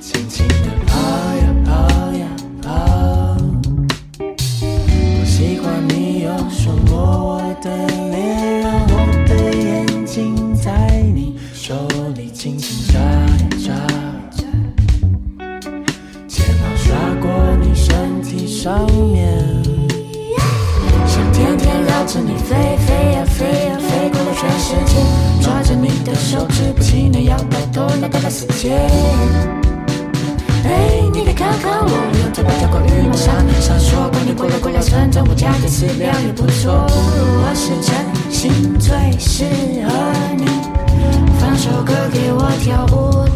[SPEAKER 4] 轻轻地跑呀跑呀跑，我喜欢你
[SPEAKER 1] 哦
[SPEAKER 4] 又触摸我的脸，让我的眼睛在你手里轻轻眨呀眨。睫毛刷过你身体上面，
[SPEAKER 1] 想天天绕着你飞，飞呀飞呀飞过了全世界，抓着你的手指，不停地摇摆，头那个那世界。哎，你得看看我，用头发跳过羽毛上，闪烁光年过了过了村庄，我家的饲料也不错。我是真心最适合你，放首歌给我跳舞。